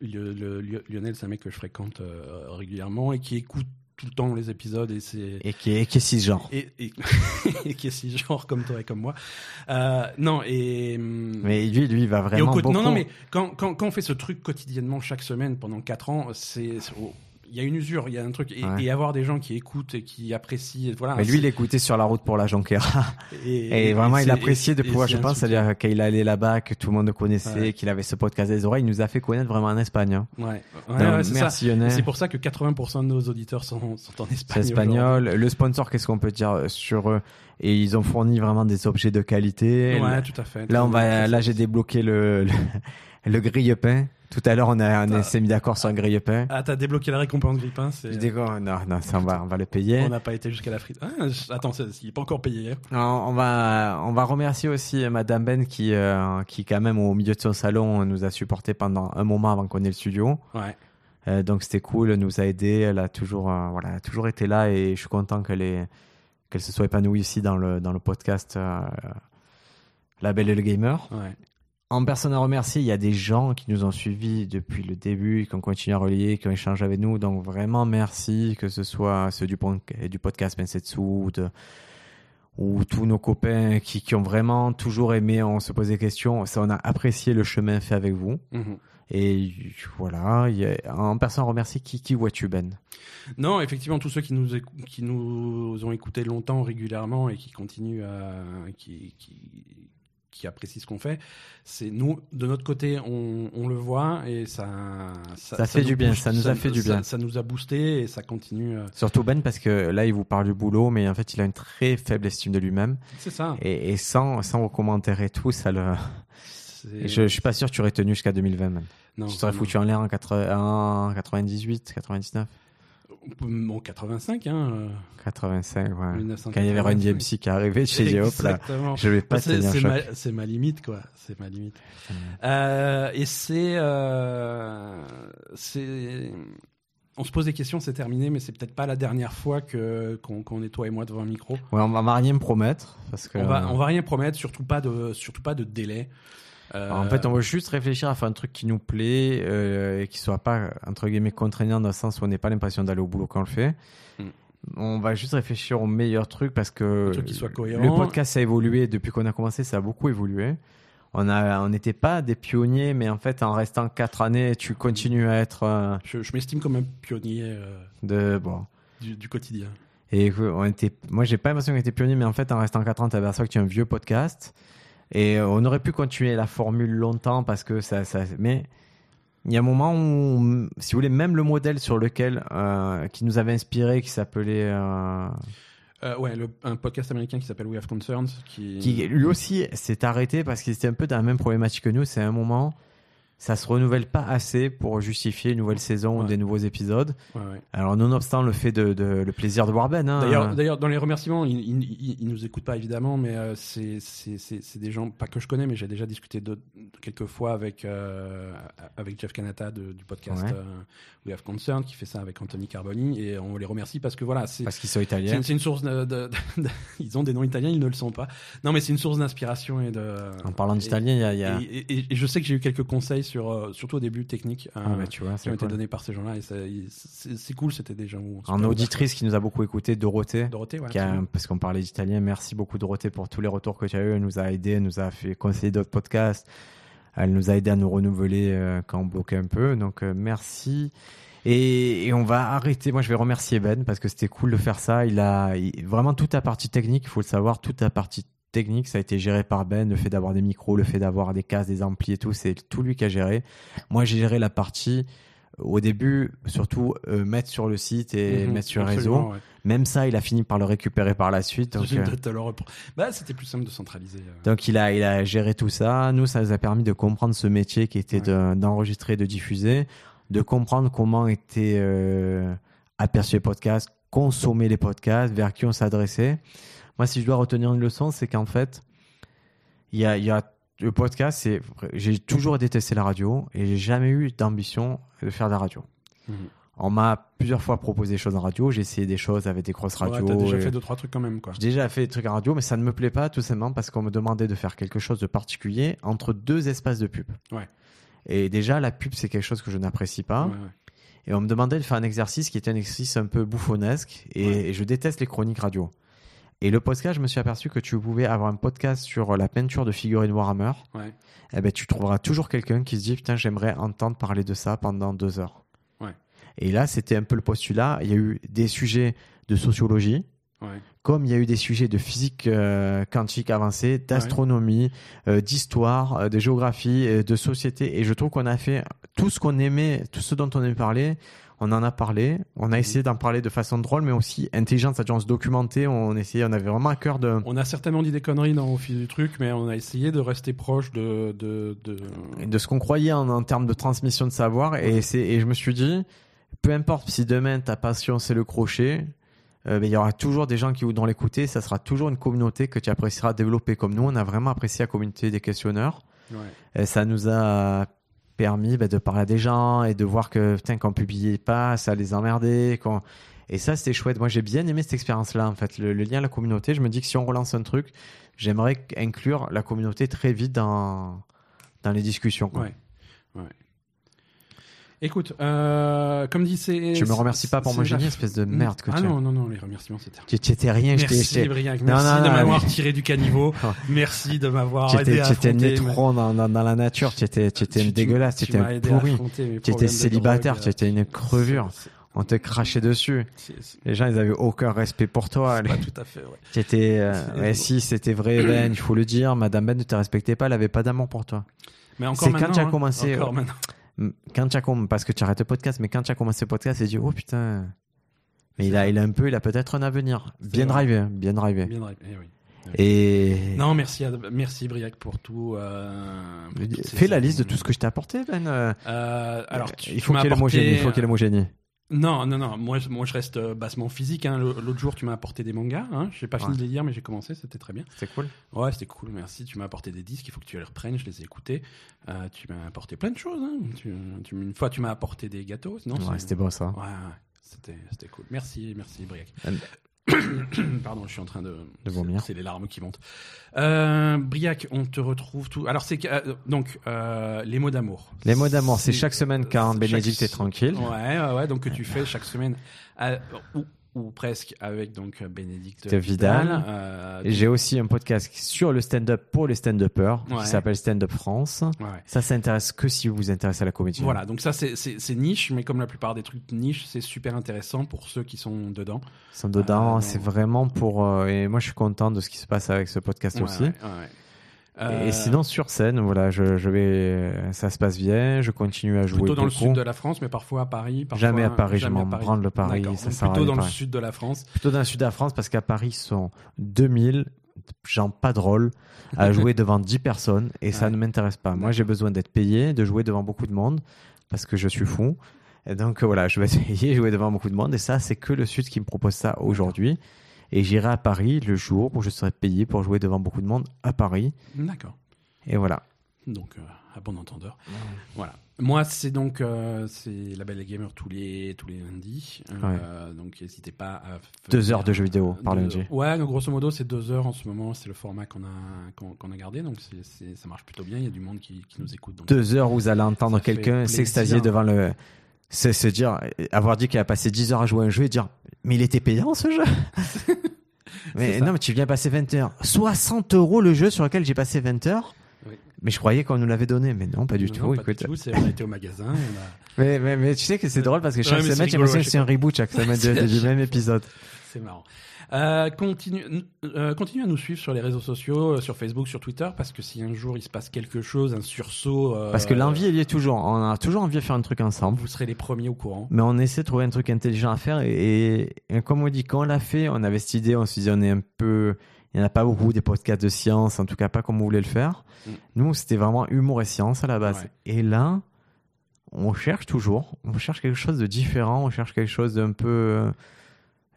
Speaker 2: le- le- Lio- Lionel, c'est un mec que je fréquente euh, régulièrement et qui écoute tout le temps les épisodes et c'est
Speaker 1: Et qui est, et qui est cisgenre.
Speaker 2: et, et- et qui est si genre comme toi et comme moi. Euh, non et hum,
Speaker 1: Mais lui, lui, il va
Speaker 2: et au
Speaker 1: vraiment
Speaker 2: co-
Speaker 1: beaucoup.
Speaker 2: non non mais quand, quand quand on fait ce truc quotidiennement chaque semaine pendant quatre ans, c'est c'est- oh, il y a une usure, il y a un truc et,
Speaker 1: Ouais.
Speaker 2: et avoir des gens qui écoutent et qui apprécient voilà.
Speaker 1: Mais lui, il écoutait sur la route pour la Jonquera. Et, vraiment, il
Speaker 2: c'est-
Speaker 1: appréciait de
Speaker 2: et
Speaker 1: pouvoir,
Speaker 2: c'est
Speaker 1: je
Speaker 2: un
Speaker 1: pense,
Speaker 2: soutien.
Speaker 1: c'est-à-dire qu'il allait là-bas, que tout le monde connaissait,
Speaker 2: Ouais.
Speaker 1: qu'il avait ce podcast des oreilles. Il nous a fait connaître vraiment en Espagne. hein.
Speaker 2: Ouais, ouais,
Speaker 1: Donc,
Speaker 2: ouais, c'est ça.
Speaker 1: merci Lionel.
Speaker 2: C'est pour ça que 80% de nos auditeurs sont, sont en
Speaker 1: C'est
Speaker 2: Espagne. aujourd'hui.
Speaker 1: espagnol. Le sponsor, qu'est-ce qu'on peut dire euh, sur eux Et ils ont fourni vraiment des objets de qualité.
Speaker 2: Ouais,
Speaker 1: Là-
Speaker 2: tout à fait.
Speaker 1: là, on va,
Speaker 2: C'est-
Speaker 1: là, j'ai débloqué le, le, le grille-pain. Tout à l'heure, on, a, on
Speaker 2: T'as-
Speaker 1: s'est mis d'accord sur un grille-pain.
Speaker 2: Ah, t'as débloqué la récompense Grippin. c'est-
Speaker 1: Je dis, oh, non, non, ça, on va, on va le payer.
Speaker 2: On n'a pas été jusqu'à la frite. Ah, je- attends, c'est- il n'est pas encore payé. hein.
Speaker 1: On, on va, on va remercier aussi Madame Ben qui, euh, qui quand même, au milieu de son salon, nous a supporté pendant un moment avant qu'on ait le studio.
Speaker 2: Ouais.
Speaker 1: Euh, donc c'était cool, elle nous a aidé, elle a toujours, euh, voilà, elle a toujours été là et je suis content qu'elle ait- qu'elle se soit épanouie ici dans le, dans le podcast euh, La Belle et le Gamer.
Speaker 2: ouais.
Speaker 1: En personne à remercier, il y a des gens qui nous ont suivis depuis le début, qui ont continué à relier, qui ont échangé avec nous. Donc vraiment merci, que ce soit ceux du, pon- euh, du podcast Bensetsu ou, de- ou tous nos copains qui, qui ont vraiment toujours aimé, on se pose des questions. Ça, on a apprécié le chemin fait avec vous.
Speaker 2: Mhm.
Speaker 1: Et voilà, il y a, en personne remercie Kiki Watuben.
Speaker 2: Non, effectivement, tous ceux qui nous, écou- qui nous ont écoutés longtemps, régulièrement et qui continuent à. Qui, qui, qui apprécient ce qu'on fait, c'est nous, de notre côté, on, on le voit et ça.
Speaker 1: Ça fait
Speaker 2: nous
Speaker 1: du bien,
Speaker 2: booste,
Speaker 1: ça nous a fait du bien.
Speaker 2: Ça, ça nous a boosté et ça continue. euh,
Speaker 1: Surtout Ben parce que là il vous parle du boulot, mais en fait il a une très faible estime de lui-même
Speaker 2: C'est ça.
Speaker 1: et, et sans sans vos commentaires et tout, ça le.
Speaker 2: C'est-
Speaker 1: et Je, je suis pas sûr que tu aurais tenu jusqu'à 2020 même.
Speaker 2: Non,
Speaker 1: tu t'aurais
Speaker 2: non.
Speaker 1: foutu en l'air en 80 en 98, 99,
Speaker 2: Bon, 85, hein. euh,
Speaker 1: 85, ouais.
Speaker 2: 1985.
Speaker 1: Quand il y avait Run DMC qui est arrivé, j'ai dit hop là,
Speaker 2: Exactement.
Speaker 1: je vais pas
Speaker 2: C'est
Speaker 1: tenir
Speaker 2: c'est
Speaker 1: choc.
Speaker 2: ma, c'est ma limite, quoi. C'est ma limite. Euh, et c'est, euh, c'est, on se pose des questions, c'est terminé, mais c'est peut-être pas la dernière fois que qu'on qu'on est toi et moi devant un micro.
Speaker 1: Ouais, on va, on va rien me promettre parce que.
Speaker 2: On va, on va rien promettre, surtout pas de, surtout pas de délai. Euh,
Speaker 1: En fait, on veut juste réfléchir à faire un truc qui nous plaît euh, et qui soit pas entre guillemets contraignant dans le sens où on n'ait pas l'impression d'aller au boulot quand on le fait.
Speaker 2: Mm.
Speaker 1: On va juste réfléchir au meilleur truc parce que
Speaker 2: Un truc qui soit cohérent.
Speaker 1: le podcast a évolué depuis qu'on a commencé, ça a beaucoup évolué. On a, on n'était pas des pionniers, mais en fait, en restant quatre années, tu continues à être euh,
Speaker 2: je, je m'estime comme un pionnier euh,
Speaker 1: de bon.
Speaker 2: du, du quotidien.
Speaker 1: Et que on était, moi, j'ai pas l'impression qu'on était pionnier, mais en fait, en restant 4 ans, tu aperçois que tu es un vieux podcast. Et euh, on aurait pu continuer la formule longtemps parce que ça. ça mais il y a un moment où, si vous voulez, même le modèle sur lequel. euh, qui nous avait inspiré, qui s'appelait. euh,
Speaker 2: Euh, ouais, le- un podcast américain qui s'appelle We Have Concerns, qui,
Speaker 1: qui lui aussi s'est arrêté parce qu'il était un peu dans la même problématique que nous. C'est un moment, ça se renouvelle pas assez pour justifier une nouvelle saison ou
Speaker 2: Ouais.
Speaker 1: des nouveaux épisodes.
Speaker 2: Ouais, ouais.
Speaker 1: Alors, nonobstant le fait de, de- le plaisir de Warben, hein,
Speaker 2: D'ailleurs,
Speaker 1: euh,
Speaker 2: d'ailleurs, dans les remerciements, ils, ils, ils- ils nous écoutent pas évidemment, mais euh, c'est, c'est, c'est, c'est des gens pas que je connais, mais j'ai déjà discuté de, quelques fois avec euh, avec Jeff Canata de- du podcast
Speaker 1: Ouais.
Speaker 2: euh, We Have Concern qui fait ça avec Anthony Carboni et on les remercie parce que voilà, c'est
Speaker 1: parce qu'ils sont
Speaker 2: c'est
Speaker 1: italiens.
Speaker 2: une, c'est une source de, de- de- ils ont des noms italiens, ils ne le sont pas. Non, mais c'est une source d'inspiration et de.
Speaker 1: En parlant
Speaker 2: et-
Speaker 1: d'italien, il y a. il y
Speaker 2: Et,
Speaker 1: a-
Speaker 2: et- et- et je sais que j'ai eu quelques conseils sur, euh, surtout au début technique, euh,
Speaker 1: Ah, bah, tu vois,
Speaker 2: qui ont
Speaker 1: c'est
Speaker 2: été
Speaker 1: cool.
Speaker 2: donnés par ces gens-là et ça- ils- c'est c'est cool, c'était des gens où. on se
Speaker 1: En
Speaker 2: peut-
Speaker 1: auditrice qui nous a beaucoup écouté, Dorothée.
Speaker 2: Dorothée, ouais.
Speaker 1: qui a-
Speaker 2: absolument.
Speaker 1: parce qu'on parlait d'italien, merci beaucoup Dorothée pour tous les retours que tu as eu. Elle nous a aidé, elle nous a fait conseiller d'autres podcasts. Elle nous a aidé à nous renouveler euh, quand on bloquait un peu. Donc euh, merci. Et, et on va arrêter. Moi, je vais remercier Ben parce que c'était cool de faire ça. Il a il- vraiment toute la partie technique. Il faut le savoir, toute la partie technique, ça a été géré par Ben. Le fait d'avoir des micros, le fait d'avoir des cases, des amplis et tout, c'est tout lui qui a géré. Moi, j'ai géré la partie au début, surtout euh, mettre sur le site et
Speaker 2: Mhm,
Speaker 1: mettre sur le réseau.
Speaker 2: absolument, ouais.
Speaker 1: Même ça, il a fini par le récupérer par la suite. Donc,
Speaker 2: Je
Speaker 1: euh,
Speaker 2: vais te le repren- Bah, c'était plus simple de centraliser. euh.
Speaker 1: donc il, a, il a géré tout ça. Nous, ça nous a permis de comprendre ce métier qui était de- d'enregistrer, de diffuser, de comprendre comment étaient euh, aperçus les podcasts, consommer les podcasts, vers qui on s'adressait. Moi, si je dois retenir une leçon, c'est qu'en fait, il y a, il y a le podcast, c'est j'ai toujours détesté la radio et j'ai jamais eu d'ambition de faire de la radio.
Speaker 2: Mhm.
Speaker 1: On m'a plusieurs fois proposé des choses en radio, j'ai essayé des choses avec des grosses
Speaker 2: Ouais,
Speaker 1: radios.
Speaker 2: t'as déjà
Speaker 1: et-
Speaker 2: fait deux trois trucs quand même quoi.
Speaker 1: j'ai déjà fait des trucs en radio, mais ça ne me plaît pas tout simplement parce qu'on me demandait de faire quelque chose de particulier entre deux espaces de pub.
Speaker 2: Ouais.
Speaker 1: Et déjà, la pub, c'est quelque chose que je n'apprécie pas.
Speaker 2: Ouais, ouais.
Speaker 1: Et on me demandait de faire un exercice qui était un exercice un peu bouffonnesque. Et,
Speaker 2: Ouais.
Speaker 1: et je déteste les chroniques radio. Et le podcast, je me suis aperçu que tu pouvais avoir un podcast sur la peinture de figurines Warhammer.
Speaker 2: Ouais.
Speaker 1: Eh ben, tu trouveras toujours quelqu'un qui se dit Putain, j'aimerais entendre parler de ça pendant deux heures.
Speaker 2: Ouais.
Speaker 1: Et là, c'était un peu le postulat. Il y a eu des sujets de sociologie
Speaker 2: Ouais.
Speaker 1: comme il y a eu des sujets de physique euh, quantique avancée, d'astronomie, euh, d'histoire, euh, de géographie, euh, de société, et je trouve qu'on a fait tout ce qu'on aimait, tout ce dont on aimait parler, on en a parlé, on a essayé d'en parler de façon drôle, mais aussi intelligente, c'est-à-dire on se documentait, on essayait, on avait vraiment à cœur de,
Speaker 2: On a certainement dit des conneries dans au fil du truc, mais on a essayé de rester proche de de, de-
Speaker 1: de ce qu'on croyait en, en termes de transmission de savoir, et, c'est- et je me suis dit, peu importe si demain ta passion c'est le crochet, euh, ben, il y aura toujours des gens qui voudront l'écouter, ça sera toujours une communauté que tu apprécieras développer comme nous, on a vraiment apprécié la communauté des questionneurs.
Speaker 2: Ouais.
Speaker 1: Et ça nous a permis bah, de parler à des gens et de voir que putain qu'on publiait pas, ça les emmerdait. qu'on- Et ça c'était chouette. Moi j'ai bien aimé cette expérience-là. En fait, le, le lien à la communauté. Je me dis que si on relance un truc, j'aimerais qu- inclure la communauté très vite dans dans les discussions. quoi.
Speaker 2: Ouais. Ouais. Écoute, euh, comme dit, c'est.
Speaker 1: Tu me remercies pas pour
Speaker 2: c'est
Speaker 1: mon
Speaker 2: la-
Speaker 1: génie, espèce de merde que
Speaker 2: Ah
Speaker 1: tu es.
Speaker 2: non, non, non, les remerciements, c'est terminé.
Speaker 1: Tu tu étais rien, j'étais-
Speaker 2: Merci, bah,
Speaker 1: j'étais
Speaker 2: Briac.
Speaker 1: Non,
Speaker 2: Merci
Speaker 1: non,
Speaker 2: de
Speaker 1: non,
Speaker 2: m'avoir
Speaker 1: mais-
Speaker 2: tiré du caniveau. Merci de m'avoir
Speaker 1: t'étais-
Speaker 2: aidé à
Speaker 1: t'étais né
Speaker 2: affronter. mes-
Speaker 1: trop dans, dans- dans la nature, tu étais, tu étais
Speaker 2: Tu- tu-
Speaker 1: dégueulasse,
Speaker 2: tu
Speaker 1: tu étais
Speaker 2: m'as
Speaker 1: un
Speaker 2: aidé à
Speaker 1: pourri,
Speaker 2: affronter mes
Speaker 1: tu étais
Speaker 2: problèmes de
Speaker 1: célibataire,
Speaker 2: drogue,
Speaker 1: tu
Speaker 2: euh,
Speaker 1: étais une crevure,
Speaker 2: c'est-
Speaker 1: on te crachait dessus.
Speaker 2: c'est- c'est-
Speaker 1: Les gens, ils avaient aucun respect pour toi.
Speaker 2: c'est pas tout à fait, ouais.
Speaker 1: C'était, euh,
Speaker 2: C'est-
Speaker 1: ouais, si, c'était vrai, Ben, il faut le dire. Madame Ben ne te respectait pas, elle avait pas d'amour pour toi. C'est
Speaker 2: Mais encore
Speaker 1: quand
Speaker 2: maintenant.
Speaker 1: tu as
Speaker 2: hein,
Speaker 1: commencé,
Speaker 2: encore
Speaker 1: euh,
Speaker 2: maintenant.
Speaker 1: Mm, Quand tu as commencé, parce que tu arrêtes le podcast, mais quand tu as commencé le podcast, tu dit, oh putain. Mais
Speaker 2: C'est
Speaker 1: il a,
Speaker 2: vrai.
Speaker 1: il a un peu, il a peut-être un avenir.
Speaker 2: C'est
Speaker 1: Bien
Speaker 2: vrai.
Speaker 1: drivé, hein, bien drivé.
Speaker 2: Bien drivé, eh oui.
Speaker 1: Et.
Speaker 2: Non, merci, à- merci Briac pour tout. euh, pour toutes ces-
Speaker 1: Fais la liste de tout ce que je t'ai apporté, Ben. euh,
Speaker 2: Euh, alors, tu- euh,
Speaker 1: il
Speaker 2: tu
Speaker 1: faut
Speaker 2: m'as
Speaker 1: qu'il y ait le mot
Speaker 2: apporté-
Speaker 1: génie. Il faut qu'il y ait le mot génie.
Speaker 2: Non, non, non. Moi, je- moi, je reste euh, bassement physique. hein. Le- L'autre jour, tu m'as apporté des mangas. Hein. J'ai pas fini
Speaker 1: Ouais.
Speaker 2: de les lire, mais j'ai commencé. C'était très bien.
Speaker 1: C'est cool.
Speaker 2: Ouais, c'était cool. Merci. Tu m'as apporté des disques. Il faut que tu les reprennes. Je les ai écoutés. Euh, tu m'as apporté plein de choses. hein. Tu- tu- une fois, tu m'as apporté des gâteaux. Non,
Speaker 1: Ouais,
Speaker 2: c'est-
Speaker 1: c'était beau ça.
Speaker 2: Ouais, ouais, c'était, c'était cool. Merci, merci, Briac.
Speaker 1: Euh,
Speaker 2: Pardon, je suis en train de.
Speaker 1: De vomir.
Speaker 2: C'est, c'est les larmes qui montent. Euh, Briac, on te retrouve tout. Alors, c'est. que- euh, donc, euh, les mots d'amour.
Speaker 1: Les mots d'amour, c'est chaque semaine quand
Speaker 2: c'est
Speaker 1: Bénédicte
Speaker 2: chaque-
Speaker 1: est tranquille.
Speaker 2: Ouais, ouais, ouais, donc que tu fais chaque semaine. Euh, ou- ou presque avec donc Bénédicte
Speaker 1: De Vidal.
Speaker 2: Vidal. euh,
Speaker 1: Et J'ai aussi un podcast sur le stand-up pour les stand-uppers
Speaker 2: Ouais.
Speaker 1: qui s'appelle Stand-up France.
Speaker 2: ouais, ouais.
Speaker 1: Ça s'intéresse que si vous vous intéressez à la comédie.
Speaker 2: Voilà, donc ça c'est- c'est c'est niche, mais comme la plupart des trucs niche, c'est super intéressant pour ceux qui sont dedans.
Speaker 1: Sans dedans,
Speaker 2: Ah,
Speaker 1: c'est
Speaker 2: non.
Speaker 1: vraiment pour. euh, et moi, je suis content de ce qui se passe avec ce podcast
Speaker 2: Ouais,
Speaker 1: aussi.
Speaker 2: ouais, ouais. Euh,
Speaker 1: Et sinon, sur scène, voilà, je, je vais, ça se passe bien, je continue à jouer.
Speaker 2: plutôt dans le
Speaker 1: beaucoup.
Speaker 2: sud de la France, mais parfois à Paris. parfois-
Speaker 1: Jamais à Paris, je
Speaker 2: jamais à
Speaker 1: m'en branle le Paris,
Speaker 2: D'accord,
Speaker 1: ça
Speaker 2: donc
Speaker 1: sert à
Speaker 2: Plutôt
Speaker 1: rien,
Speaker 2: dans le
Speaker 1: Paris.
Speaker 2: sud de la France.
Speaker 1: Plutôt dans le sud de la France, parce qu'à Paris, ils sont 2000 gens pas drôles à jouer devant 10 personnes et ça
Speaker 2: Ouais.
Speaker 1: ne m'intéresse pas. Moi, j'ai besoin d'être payé, de jouer devant beaucoup de monde parce que je
Speaker 2: Mhm.
Speaker 1: suis fou. Et donc euh, voilà, je vais essayer de jouer devant beaucoup de monde et ça, c'est que le sud qui me propose ça aujourd'hui. Et j'irai à Paris le jour où je serai payé pour jouer devant beaucoup de monde à Paris.
Speaker 2: D'accord.
Speaker 1: Et voilà.
Speaker 2: Donc, euh, à bon entendeur. Voilà. Moi, c'est donc euh, c'est la Belle et Gamer tous les tous les lundis. Euh, Donc, n'hésitez pas à
Speaker 1: Deux heures de jeux vidéo par
Speaker 2: Deux-
Speaker 1: lundi.
Speaker 2: Ouais, donc grosso modo, c'est deux heures en ce moment. C'est le format qu'on a qu'on qu'on a gardé, donc c'est- c'est- ça marche plutôt bien. Il y a du monde qui, qui nous écoute. Donc,
Speaker 1: deux heures où vous allez entendre
Speaker 2: Ça fait
Speaker 1: quelqu'un
Speaker 2: plaisir.
Speaker 1: s'extasier devant le. C'est se dire, avoir dit qu'il a passé 10 heures à jouer à un jeu et dire, mais il était payant ce jeu Mais
Speaker 2: C'est ça.
Speaker 1: non, mais tu viens passer 20 heures. 60 euros le jeu sur lequel j'ai passé 20 heures
Speaker 2: Oui.
Speaker 1: Mais je croyais qu'on nous l'avait donné, mais non, pas du
Speaker 2: Non,
Speaker 1: tout.
Speaker 2: pas
Speaker 1: écoute.
Speaker 2: du tout. c'est- On a été au magasin. on a-
Speaker 1: Mais, mais, mais tu sais que c'est drôle parce que chaque
Speaker 2: Ouais, mais c'est
Speaker 1: semaine, j'ai
Speaker 2: rigolo,
Speaker 1: l'impression
Speaker 2: je
Speaker 1: que c'est un reboot chaque semaine de- de- du
Speaker 2: C'est-
Speaker 1: même épisode.
Speaker 2: C'est marrant. Euh, continue, euh, continue à nous suivre sur les réseaux sociaux, euh, sur Facebook, sur Twitter, parce que si un jour il se passe quelque chose, un sursaut, euh,
Speaker 1: Parce que hein. l'envie, elle y est toujours. On a toujours envie de faire un truc ensemble.
Speaker 2: vous serez les premiers au courant.
Speaker 1: Mais on essaie de trouver un truc intelligent à faire. Et, et comme on dit, quand on l'a fait, on avait cette idée, on se disait, on est un peu. Il n'y en a pas beaucoup des podcasts de science, en tout cas pas comme on voulait le faire.
Speaker 2: Mm.
Speaker 1: Nous, c'était vraiment humour et science à la base.
Speaker 2: Ouais.
Speaker 1: Et là, on cherche toujours. On cherche quelque chose de différent, on cherche quelque chose d'un peu euh,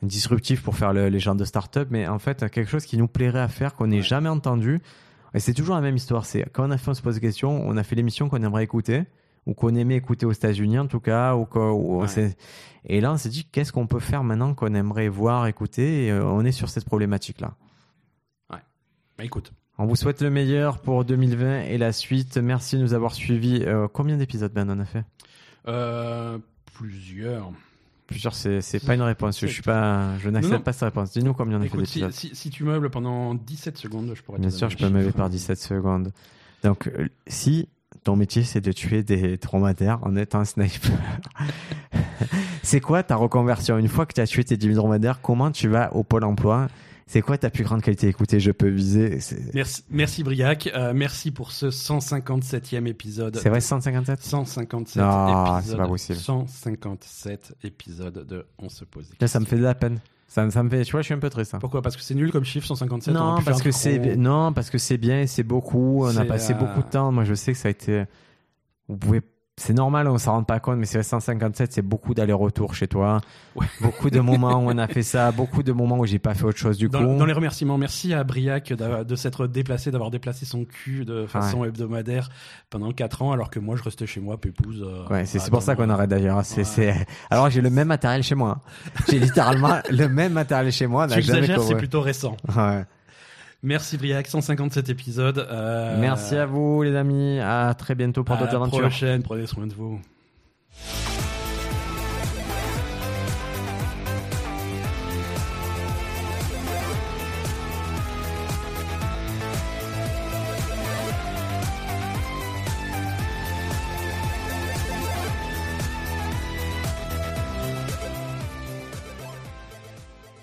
Speaker 1: disruptif pour faire le- les gens de start-up, mais en fait, quelque chose qui nous plairait à faire, qu'on n'ait
Speaker 2: Ouais.
Speaker 1: jamais entendu. Et c'est toujours la même histoire. C'est quand on a fait, on se pose des questions, on a fait l'émission qu'on aimerait écouter ou qu'on aimait écouter aux États-Unis en tout cas, ou qu'on- ou on
Speaker 2: Ouais.
Speaker 1: s'est- et là on s'est dit qu'est-ce qu'on peut faire maintenant qu'on aimerait voir, écouter, et euh, on est sur cette problématique-là.
Speaker 2: Bah, écoute,
Speaker 1: On vous souhaite le meilleur pour 2020 et la suite. Merci de nous avoir suivis. Euh, combien d'épisodes Ben on a fait
Speaker 2: euh, plusieurs.
Speaker 1: Plusieurs, c'est c'est pas une réponse. Je suis pas, je
Speaker 2: Non, non.
Speaker 1: n'accepte pas cette réponse. Dis-nous combien on a fait
Speaker 2: Écoute, si,
Speaker 1: d'épisodes.
Speaker 2: si- si tu meubles pendant 17 secondes, je pourrais te
Speaker 1: Bien
Speaker 2: donner
Speaker 1: sûr,
Speaker 2: un
Speaker 1: je peux me lever
Speaker 2: chiffre.
Speaker 1: par 17 secondes. Donc, euh, si ton métier c'est de tuer des dromadaires en étant un sniper, c'est quoi ta reconversion Une fois que tu as tué tes 10 000 dromadaires, comment tu vas au pôle emploi C'est quoi ta plus grande qualité Écoutez, je peux viser. C'est
Speaker 2: Merci, merci Briac. Euh, merci pour ce 157e épisode.
Speaker 1: c'est vrai, 157
Speaker 2: 157
Speaker 1: Non,
Speaker 2: épisodes.
Speaker 1: c'est pas possible.
Speaker 2: 157 épisodes de On se pose. des
Speaker 1: Là, ça me
Speaker 2: questions.
Speaker 1: fait de la peine. Ça, me- ça me fait, tu vois, je suis un peu triste. hein.
Speaker 2: Pourquoi Parce que c'est nul comme chiffre 157. on aurait
Speaker 1: Non
Speaker 2: pu
Speaker 1: parce,
Speaker 2: faire
Speaker 1: que
Speaker 2: un
Speaker 1: c'est,
Speaker 2: gros-
Speaker 1: non, parce que c'est bien, et c'est beaucoup, on a
Speaker 2: C'est,
Speaker 1: passé
Speaker 2: euh,
Speaker 1: beaucoup de temps. Moi, je sais que ça a été. Vous pouvez. C'est normal, on s'en rend pas compte, mais c'est vrai, 157, c'est beaucoup d'aller-retour chez toi.
Speaker 2: Ouais.
Speaker 1: Beaucoup de moments où on a fait ça, beaucoup de moments où j'ai pas fait autre chose du
Speaker 2: Dans,
Speaker 1: coup.
Speaker 2: dans les remerciements, merci à Briac d'a- de s'être déplacé, d'avoir déplacé son cul de façon hebdomadaire pendant 4 ans, alors que moi je restais chez moi, pépouse. euh,
Speaker 1: Ouais, c'est,
Speaker 2: à
Speaker 1: c'est pour ça
Speaker 2: attendre.
Speaker 1: qu'on arrête d'ailleurs. hein. C'est,
Speaker 2: Ouais.
Speaker 1: c'est... Alors, j'ai le même matériel chez moi. J'ai littéralement le même matériel chez moi. on
Speaker 2: Tu
Speaker 1: n'a jamais
Speaker 2: exagères, c'est
Speaker 1: couru.
Speaker 2: plutôt récent.
Speaker 1: Ouais.
Speaker 2: Merci Briac, 157 épisodes. euh,
Speaker 1: Merci à vous, les amis. À très bientôt pour
Speaker 2: à
Speaker 1: d'autres
Speaker 2: la
Speaker 1: aventures.
Speaker 2: prochaine, prenez soin de vous.